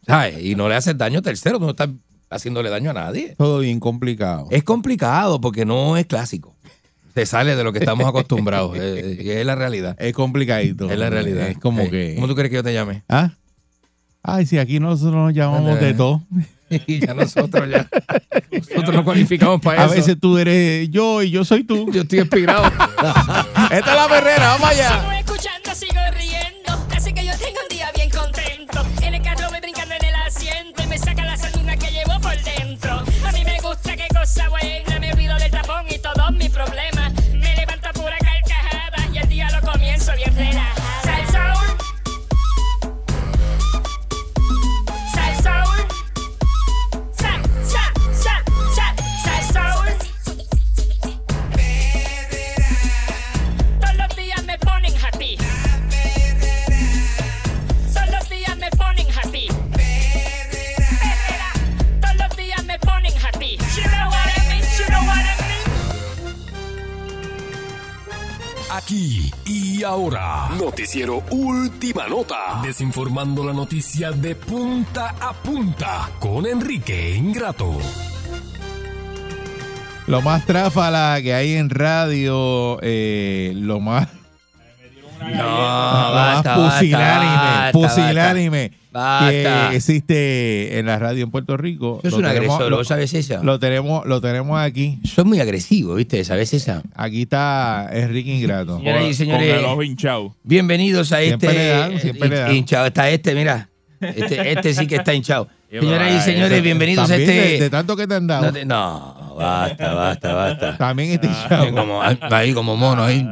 ¿Sabes? Y no le haces daño a terceros, tú no estás haciéndole daño a nadie. Todo bien complicado. Es complicado porque no es clásico. Se sale de lo que estamos acostumbrados. eh, eh, y es la realidad. Es complicadito. Es la realidad. Es como Eh, que- ¿Cómo tú crees que yo te llame? ¿Ah? Ay, si aquí nosotros nos llamamos de todo. Y ya nosotros ya. Nosotros no cualificamos para A eso. veces tú eres yo y yo soy tú. Yo estoy inspirado. Esta es la perrera, vamos allá. Sigo escuchando, sigo riendo. Así que yo tengo un día bien contento. En el carro voy brincando en el asiento y me saca la sanduna que llevo por dentro. A mí me gusta qué cosa buena. Me olvido del tapón y todos mis problemas. Me levanta pura carcajada y el día lo comienzo bien relajada. Sal Soul. Sal Soul. Sal, sal, sal, sal, sal Soul. Todos los días me ponen happy. Todos los días me ponen happy. Perrera. Todos los días me ponen happy. You know what I mean, you know what I mean. Aquí y ahora, noticiero Última Nota, desinformando la noticia de punta a punta con Enrique Ingrato. Lo más tráfala que hay en radio, eh, lo más. No, lo más basta, pusilánime, basta, basta, pusilánime basta. que existe en la radio en Puerto Rico. Eso es Lo un tenemos- agresor, lo- ¿lo sabes esa? Lo tenemos, lo tenemos aquí. Soy muy agresivo, ¿viste? ¿Sabes esa? Aquí está Enrique Ingrato. Señoras y señores, Con el ojo hinchado. bienvenidos a Siempre este le dan, siempre hin- le dan. hinchado. Está este, mira. Este, este sí que está hinchado. Sí, Señoras y pero, señores, eh, bienvenidos a también este. De, de tanto que te han dado. No, te- no, basta, basta, basta. También está Ah. Ahí como, ahí como mono, ahí.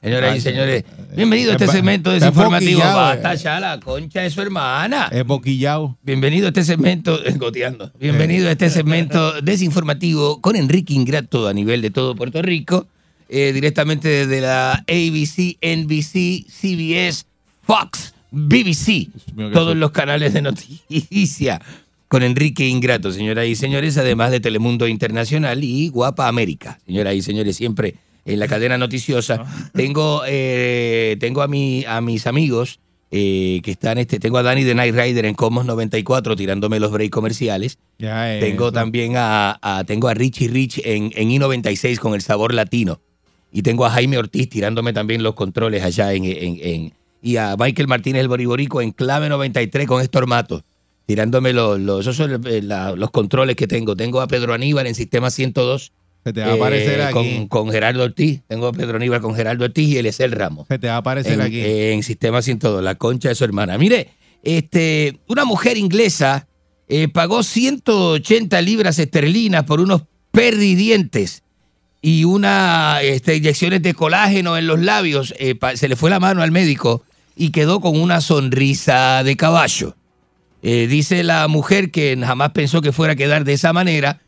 Señoras y señores, bienvenidos a este eh, Está- segmento eh, está desinformativo. boquillado, Basta eh. ya la concha de su hermana. Es boquillao. Eh. Bienvenido a este segmento, goteando. Bienvenido a este segmento desinformativo con Enrique Ingrato a nivel de todo Puerto Rico, eh, directamente desde la ABC, NBC, CBS, Fox, BBC, mío, qué todos susto. los canales de noticia con Enrique Ingrato, señoras y señores, además de Telemundo Internacional y Guapa América, señoras y señores, siempre en la cadena noticiosa. Tengo, eh, tengo a, mi, a mis amigos eh, que están, este, tengo a Dani de Night Rider en Comos 94 tirándome los break comerciales. Ya, eh, Tengo eso. también a, a- tengo a Richie Rich en, en I96 con el sabor latino. Y tengo a Jaime Ortiz tirándome también los controles allá en, en- en- y a Michael Martínez el Boriborico en clave 93 con Estormato. Tirándome los, los, esos son, eh, la- los controles que tengo. Tengo a Pedro Aníbal en Sistema 102. Se te va a aparecer aquí. Con, con Gerardo Ortiz. Tengo a Pedro Aníbal con Gerardo Ortiz y él es el Ramos Se te va a aparecer en, aquí. en Sistema 102, la concha de su hermana. Mire, este, una mujer inglesa eh, pagó 180 libras esterlinas por unos perridientes y unas inyecciones de colágeno en los labios. eh, pa- se le fue la mano al médico y quedó con una sonrisa de caballo. Eh, dice la mujer que jamás pensó que fuera a quedar de esa manera.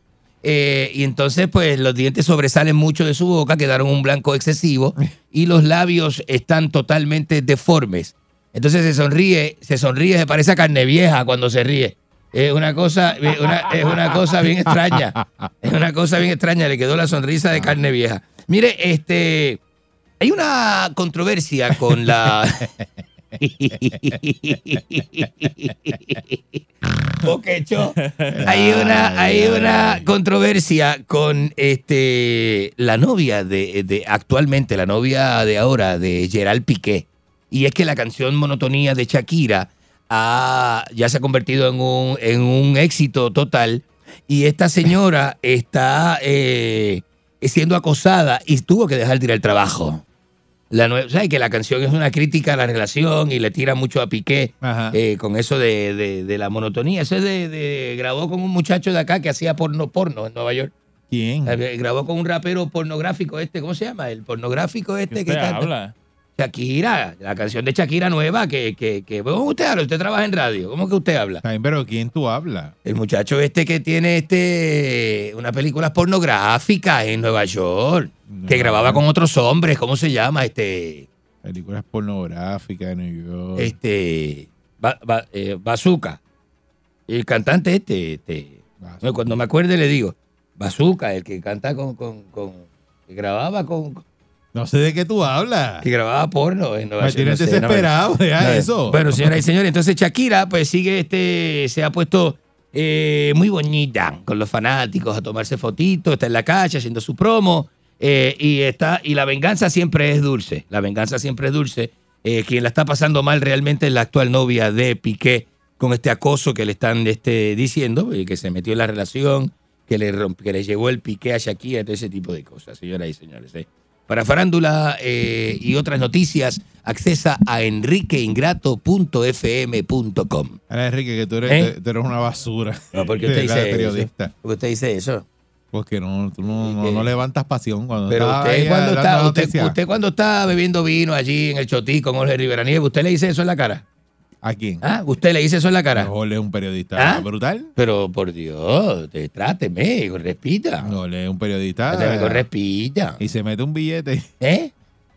eh, y entonces, pues, los dientes sobresalen mucho de su boca, quedaron un blanco excesivo y los labios están totalmente deformes. Entonces se sonríe, se sonríe, se parece a carne vieja cuando se ríe. Es una cosa, eh, una- es una cosa bien extraña. Ah. Es una cosa bien extraña, le quedó la sonrisa de carne vieja. Mire, este, hay una controversia con la. Boquecho. Hay una, hay una controversia con este la novia de, de- actualmente, la novia de ahora, de Gerald Piqué. Y es que la canción Monotonía de Shakira ha- ya se ha convertido en un, en un éxito total. Y esta señora está eh, siendo acosada y tuvo que dejar de ir al trabajo. La nue- ¿Sabes que la canción es una crítica a la relación y le tira mucho a Piqué Ajá. eh, con eso de, de- de la monotonía? Eso es de, de- Grabó con un muchacho de acá que hacía porno porno en Nueva York. ¿Quién? Eh, Grabó con un rapero pornográfico este, ¿cómo se llama? El pornográfico este ¿Qué que usted canta- habla? Shakira, la canción de Shakira nueva que, que, que ¿cómo usted habla? Usted trabaja en radio, ¿cómo que usted habla? También, pero ¿quién tú hablas? El muchacho este que tiene este una película pornográfica en Nueva York, que grababa con otros hombres, ¿cómo se llama? Este, Películas pornográficas de New York. este, ba, Ba- eh, Bazooka. El cantante este, este, Bazooka. cuando me acuerde le digo, Bazooka, el que canta con, con, con- que grababa con, No sé de qué tú hablas. Que grababa porno. eh, no, Me eso tienes no sé, no, desesperado, deja no, eso. Bueno, señoras y señores, entonces Shakira pues sigue este, se ha puesto eh, muy bonita con los fanáticos a tomarse fotitos, está en la calle haciendo su promo eh, y está y la venganza siempre es dulce, la venganza siempre es dulce. Eh, quien la está pasando mal realmente es la actual novia de Piqué con este acoso que le están este, diciendo, eh, que se metió en la relación, que le, romp- que le llegó el Piqué a Shakira, todo ese tipo de cosas, señoras y señores. eh. Para farándula eh, y otras noticias, accesa a enriqueingrato.fm.com. Ahora, Enrique, que tú eres, ¿Eh? tú eres una basura. No, ¿por qué De usted verdad, dice eso? periodista. ¿Por qué usted dice eso? Porque no, tú no, no- no levantas pasión cuando Pero estás usted, ahí cuando dando está, usted- noticias. usted cuando está bebiendo vino allí en el Chotí con Jorge Rivera Nieves, ¿usted le dice eso en la cara? ¿A quién? ¿Ah? ¿Usted le dice eso en la cara? Jorge es un periodista ¿Ah? brutal. Pero por Dios, te- tráteme, con respita. Jorge es un periodista. Tráteme con respita. Y se mete un billete. ¿Eh?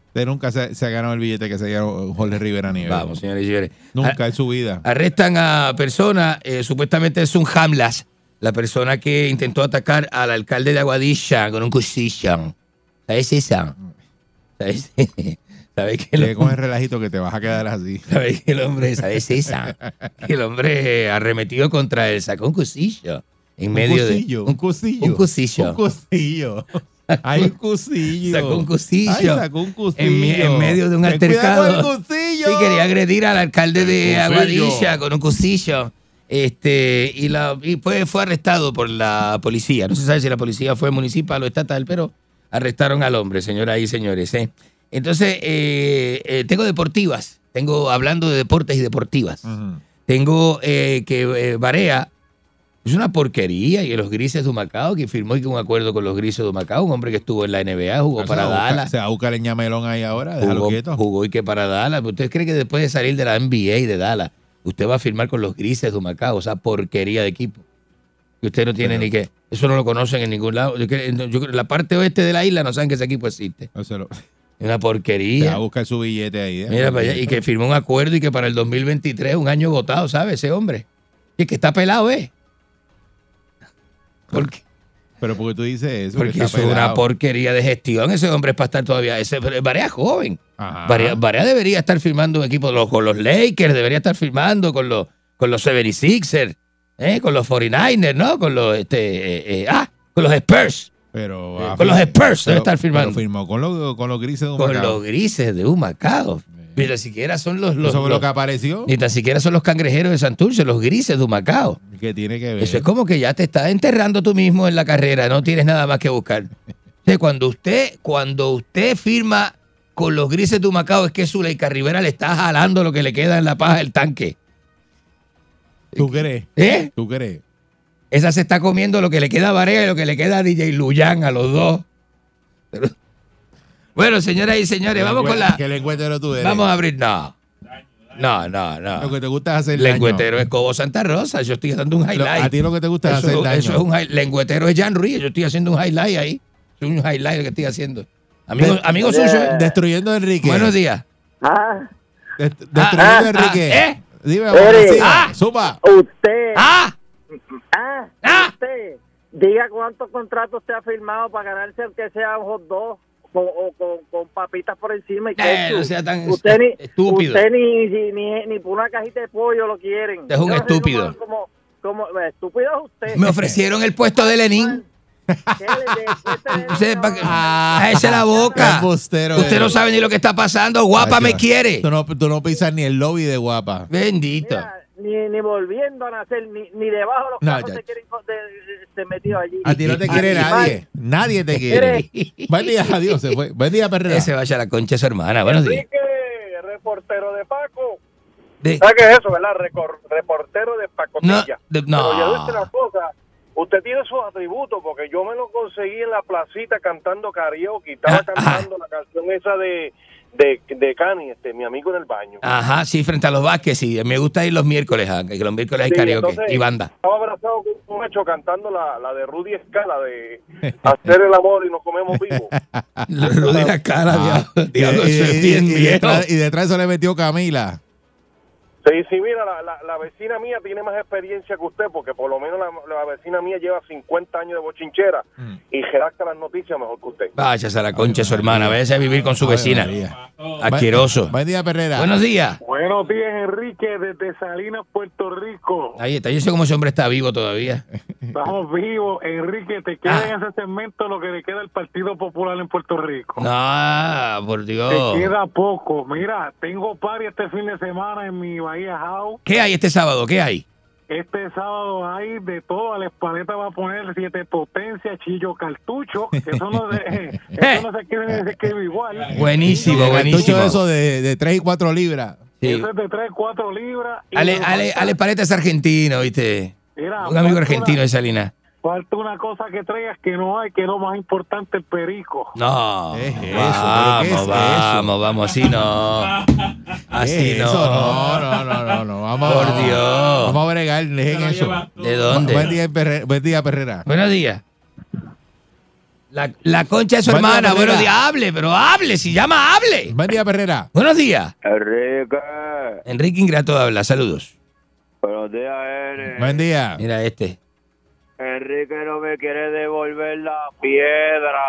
Usted nunca se, se ha ganado el billete que se ganó Jorge Rivera Nieves. Vamos, señores y señores. Ah, Nunca en su vida. Arrestan a persona, eh, supuestamente es un Hamlas, la persona que intentó atacar al alcalde de Aguadilla con un cuchillo. ¿Sabes esa? ¿Sabes? ¿Sabes que Te lo- coge el relajito que te vas a quedar así. ¿Sabes que el hombre, sabes esa? Que el hombre eh, arremetido contra él sacó un cuchillo en Un medio cuchillo, de un cuchillo. un cuchillo. Un cuchillo. Hay un cuchillo. Sacó un cuchillo. Ay, sacó un cuchillo. En, me- en medio de un Ten cuidado altercado. con el Sí, quería agredir al alcalde de cuchillo. Aguadilla con un cuchillo. Este, y la, y fue, fue arrestado por la policía. No se sabe si la policía fue municipal o estatal, pero arrestaron al hombre, señoras y señores. ¿eh? Entonces, eh, eh, tengo deportivas. Tengo hablando de deportes y deportivas. Tengo eh, que eh, Barea es una porquería y los grises de Macao, que firmó un acuerdo con los grises de Macao, un hombre que estuvo en la NBA, jugó Se para abuca- Dallas. Se abuca el ñamelón ahí ahora, déjalo Jugó, quieto. jugó y que para Dallas. ¿Usted cree que después de salir de la NBA y de Dallas, usted va a firmar con los grises de Macao, esa porquería de equipo? Que usted no tiene Pero- ni que. Eso no lo conocen en ningún lado. Yo creo- yo creo- la parte oeste de la isla no saben que ese equipo existe. Una Se va a porquería. buscar su billete ahí. déjalo Mira para allá, Y quieto. que firmó un acuerdo y que para el 2023, un año votado, ¿sabe? Ese hombre. Y es que está pelado, ¿eh? ¿Por qué? Pero porque tú dices eso. Porque que está eso es una pelado. porquería de gestión. Ese hombre es para estar todavía. Ese Varea es joven. Varea, Varea debería estar firmando un equipo lo- con los Lakers, debería estar firmando con los, con los 76ers, ¿eh? con los 49ers, ¿no? Con los este, eh, eh, ah, con los Spurs. Pero Eh, va a con los fir- Spurs debe pero- estar firmando. Pero firmó con los, con los grises de un con los grises de Humacao. Ni tan siquiera son los, los, Eso fue lo los- que apareció. ni tan siquiera son los cangrejeros de Santurce, los grises de Humacao. ¿Qué tiene que ver? Eso es como que ya te estás enterrando tú mismo en la carrera, no tienes nada más que buscar. O sea, cuando usted, cuando usted firma con los grises de Humacao, es que Zuleika Rivera le está jalando lo que le queda en la paja del tanque. ¿Tú crees? ¿Eh? ¿Tú crees? Esa se está comiendo lo que le queda a Varela y lo que le queda a DJ Luyan, a los dos. Pero- Bueno, señoras y señores, vamos con la. Que le encuentre tú eres. Vamos a abrir. No. No, no, no. Lo que te gusta es hacer daño. Lengüetero es Cobo Santa Rosa. Yo estoy dando un highlight. Lo- a ti lo que te gusta es eso, hacer daño. eso es un hi- Lengüetero es Jan Ruiz. Yo estoy haciendo un highlight ahí. Es un highlight lo que estoy haciendo. Amigos, De- amigos suyos. ¿eh? Destruyendo a Enrique. Buenos días. Ah, Dest- destruyendo a ah, Enrique. ah, ¿eh? Dime, Ore. Valentina, Ah. Zumba. usted. Ah. Ah, usted. Diga cuántos contratos se ha firmado para ganarse, aunque sea un hot dog con, o con, con papitas por encima. Y Eh, ketchup. no sea tan usted ni, estúpido. Usted ni, ni, ni, ni por una cajita de pollo lo quieren. Usted es un Yo no sé estúpido. cómo- Como, como- estúpido es usted. Me ofrecieron el puesto de Lenin. Usted, pa' que- cállese la boca. Embustero Usted no eres. sabe ni lo que está pasando. Guapa Ay, me Dios. quiere. Tú no, tú no pisas ni el lobby de guapa. Bendito. Ni, ni volviendo a nacer, ni, ni debajo de los No, carros ya. se quieren co- de- de- de- metido allí. A ti no te quiere Ay, nadie. Nadie te quiere. Buen día, adiós. Se fue. Buen día, Perrera. Ese vaya a la concha de su hermana. Buenos días. Enrique, reportero de Paco. De- ¿Sabe qué es eso, verdad? Recor- reportero de No, pacotilla. de- Pero yo digo no. una cosa. Usted tiene sus atributos, porque yo me lo conseguí en la placita cantando karaoke. Estaba cantando la canción esa de, de, de Cani, este, mi amigo en el baño. Ajá, sí, frente a los Vázquez, sí. Me gusta ir los miércoles, ah, que los miércoles hay Sí, karaoke entonces, y banda. Estaba abrazado con un macho cantando la, la de Rudy Escala de hacer el amor y nos comemos vivos. Los Rudy la cara, diablo. Y, diablo, Ah, y- eso es y- bien y viejo. detrás, y detrás eso le metió Camila. Sí, Sí, sí, mira, la, la- la vecina mía tiene más experiencia que usted, porque por lo menos la, la vecina mía lleva 50 años de bochinchera y redacta las noticias mejor que usted. Váyase a la concha su hermana, váyase a vivir con su vecina. Asqueroso. Buen día, Perrera. Buenos días. Buenos días, Enrique, desde Salinas, Puerto Rico. Ahí está, yo sé cómo ese hombre está vivo todavía. Estamos Eh, vivos. Enrique, te queda Ah. en ese segmento lo que le queda al Partido Popular en Puerto Rico. No, por Dios. Te queda poco. Mira, tengo party este fin de semana en mi Bahía House. ¿Qué hay este sábado? ¿Qué hay? Este sábado hay de todo. La espaleta va a poner siete potencias, chillo cartucho. que Eso no, se- Eh. eso no se quiere escribe igual. Buenísimo, El cartucho buenísimo. de eso de, de 3 y 4 libras. Eso es de 3, 4 libras. y Ale, me Ale, falta- Ale Paleta es argentino, ¿viste? Mira, Un amigo falta argentino una- de Salinas. Falta una cosa que traigas que no hay, que es lo más importante, el perico. No. ¿Pero qué vamos, es eso? vamos, vamos, así no. Así ¿Qué es no. eso? No, no, no, no, no. Vamos, Por vamos. Dios. Vamos a bregar, dejen eso. ¿De dónde? Buen día, Perrera. Buen día, Perrera. Buenos días. La, la concha de su Buen día, hermana, Perrera. buenos días. Hable, pero hable, si llama, hable. Buen día, Perrera. Buenos días. Enrique, Enrique Ingrato habla, saludos. buenos días, Eren. Buen día. Mira este. Enrique no me quiere devolver la piedra.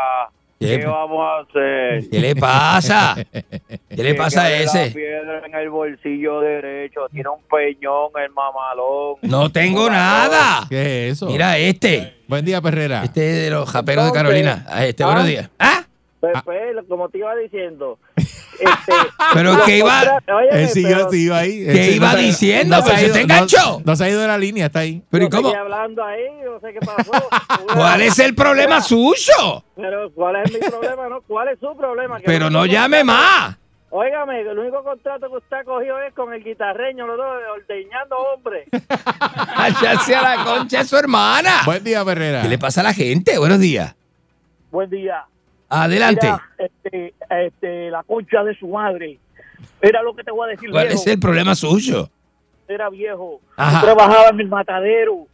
¿Qué, ¿Qué? vamos a hacer? ¿Qué le pasa? ¿Qué le Que pasa a cabe La ese? piedra en el bolsillo derecho. Tiene un peñón, el mamalón. No tengo nada. ¿Qué es eso? Mira este. Buen día, Perrera. Este es de los japeros de Carolina. A Este, Ah. buenos días. Ah. Pepe, lo- como te iba diciendo. este, Pero los que iba- contratos- óyeme, Él siguió, pero- siguió ahí. ¿Qué Él se- iba no se- diciendo? no se Pero ha se ido- te no- enganchó. No, se ha ido de la línea, está ahí. Pero ¿y yo seguí cómo? hablando ahí, yo no sé qué pasó. ¿Cuál es el problema suyo? Pero ¿cuál es mi problema? No, ¿cuál es su problema? Que Pero el no único llame contrato- más. Óigame, el único contrato que usted ha cogido es con el guitarreño, los dos ordeñando hombres. Váyase a la concha de su hermana. Buen día, Perrera. ¿Qué le pasa a la gente? Buenos días. Buen día. Adelante. Mira, este, este, la concha de su madre. Era lo que te voy a decir. ¿Cuál viejo. es el problema suyo? Era viejo. Ajá. Yo trabajaba en el matadero.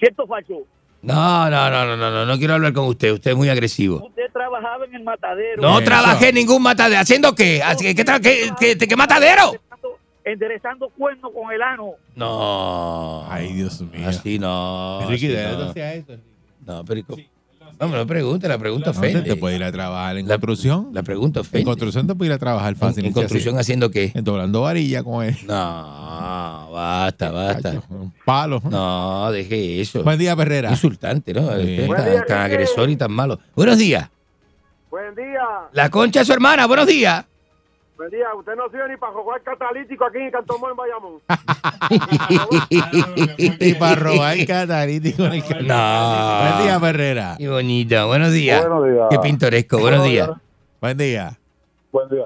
¿Cierto, Facho? No, no, no, no, no, no, no quiero hablar con usted. Usted es muy agresivo. Usted trabajaba en el matadero. No trabajé en ningún matadero. ¿Haciendo qué? ¿Haci- ¿Qué, tra- qué- qué- qué- qué matadero? Enderezando cuernos con el ano. No. Ay, Dios mío. Así no. Enrique, así ¿de dónde Ah, no. hacía No, pero. No, me lo pregunte, la pregunta ¿Dónde ofende. te puede ir a trabajar? ¿En construcción? La pregunta ofende. En construcción te puede ir a trabajar fácil. ¿En construcción haciendo qué? Doblando varilla con él. No, basta, basta. Palo. No, deje eso. Buen día, Perrera. Insultante, ¿no? Usted Buen tan, día, tan Enrique. agresor y tan malo. Buenos días. Buen día. La concha de su hermana, buenos días. Buen día. Usted no sirve ni para jugar catalítico aquí en Cantón Mall, en Bayamón. y para robar catalítico. en el carro. No. Buen día, Perrera. Qué bonito. Buenos días. Buenos días. Qué pintoresco. Buenos Buenos días. días. Buen día. Buen día.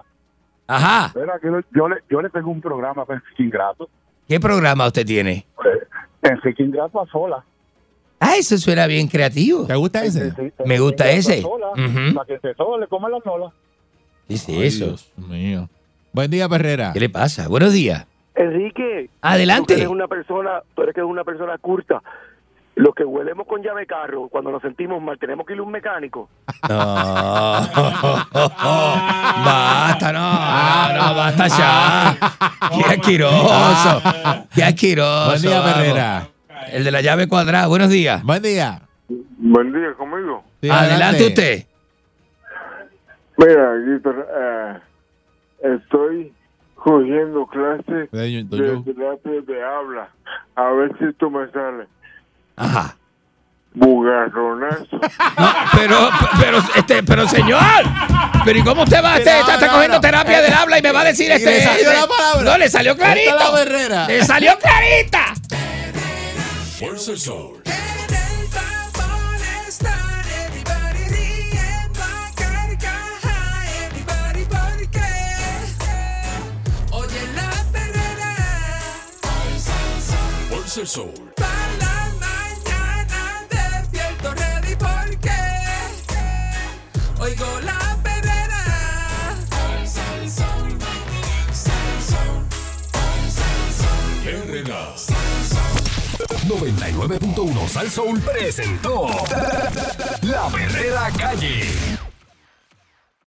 Ajá. Mira, que yo, yo le, yo le tengo un programa a Enrique Ingrato. Eh, ¿Qué programa usted tiene? Enrique Ingrato a sola. Ah, eso suena bien creativo. ¿Te gusta ese? Me gusta ese. Ujú. Para que se solo le coma las nolas. ¿Qué es eso? mío. Buen día, Perrera. ¿Qué le pasa? Buenos días. Enrique. Adelante. Tú eres una persona, tú eres que eres una persona curta. Los que huelemos con llave de carro, cuando nos sentimos mal, tenemos que ir a un mecánico. No. Ah. basta, no. No, no, basta ya. Qué asqueroso. Qué asqueroso. Ah. Buen día, vamos. Perrera. El de la llave cuadrada. Buenos días. Buen día. Buen día, conmigo. Sí, adelante. adelante. usted. Mira, Víctor, eh, estoy cogiendo clases De- de, de- de- terapia de habla. A ver si tú me sales. Ajá. Bugarronazo. Pero, pero, este, pero señor. Pero ¿y cómo usted va? Este, está, está cogiendo terapia del habla y me va a decir Y este. le salió este- la palabra. No, le salió Está la clarito. Perrera. Le salió clarita. Fuerza el sol. Oye la Fuerza el sol. despierto ready porque oigo la perrera. Herrera. 99.1 Sal Soul presentó La Verdadera Calle.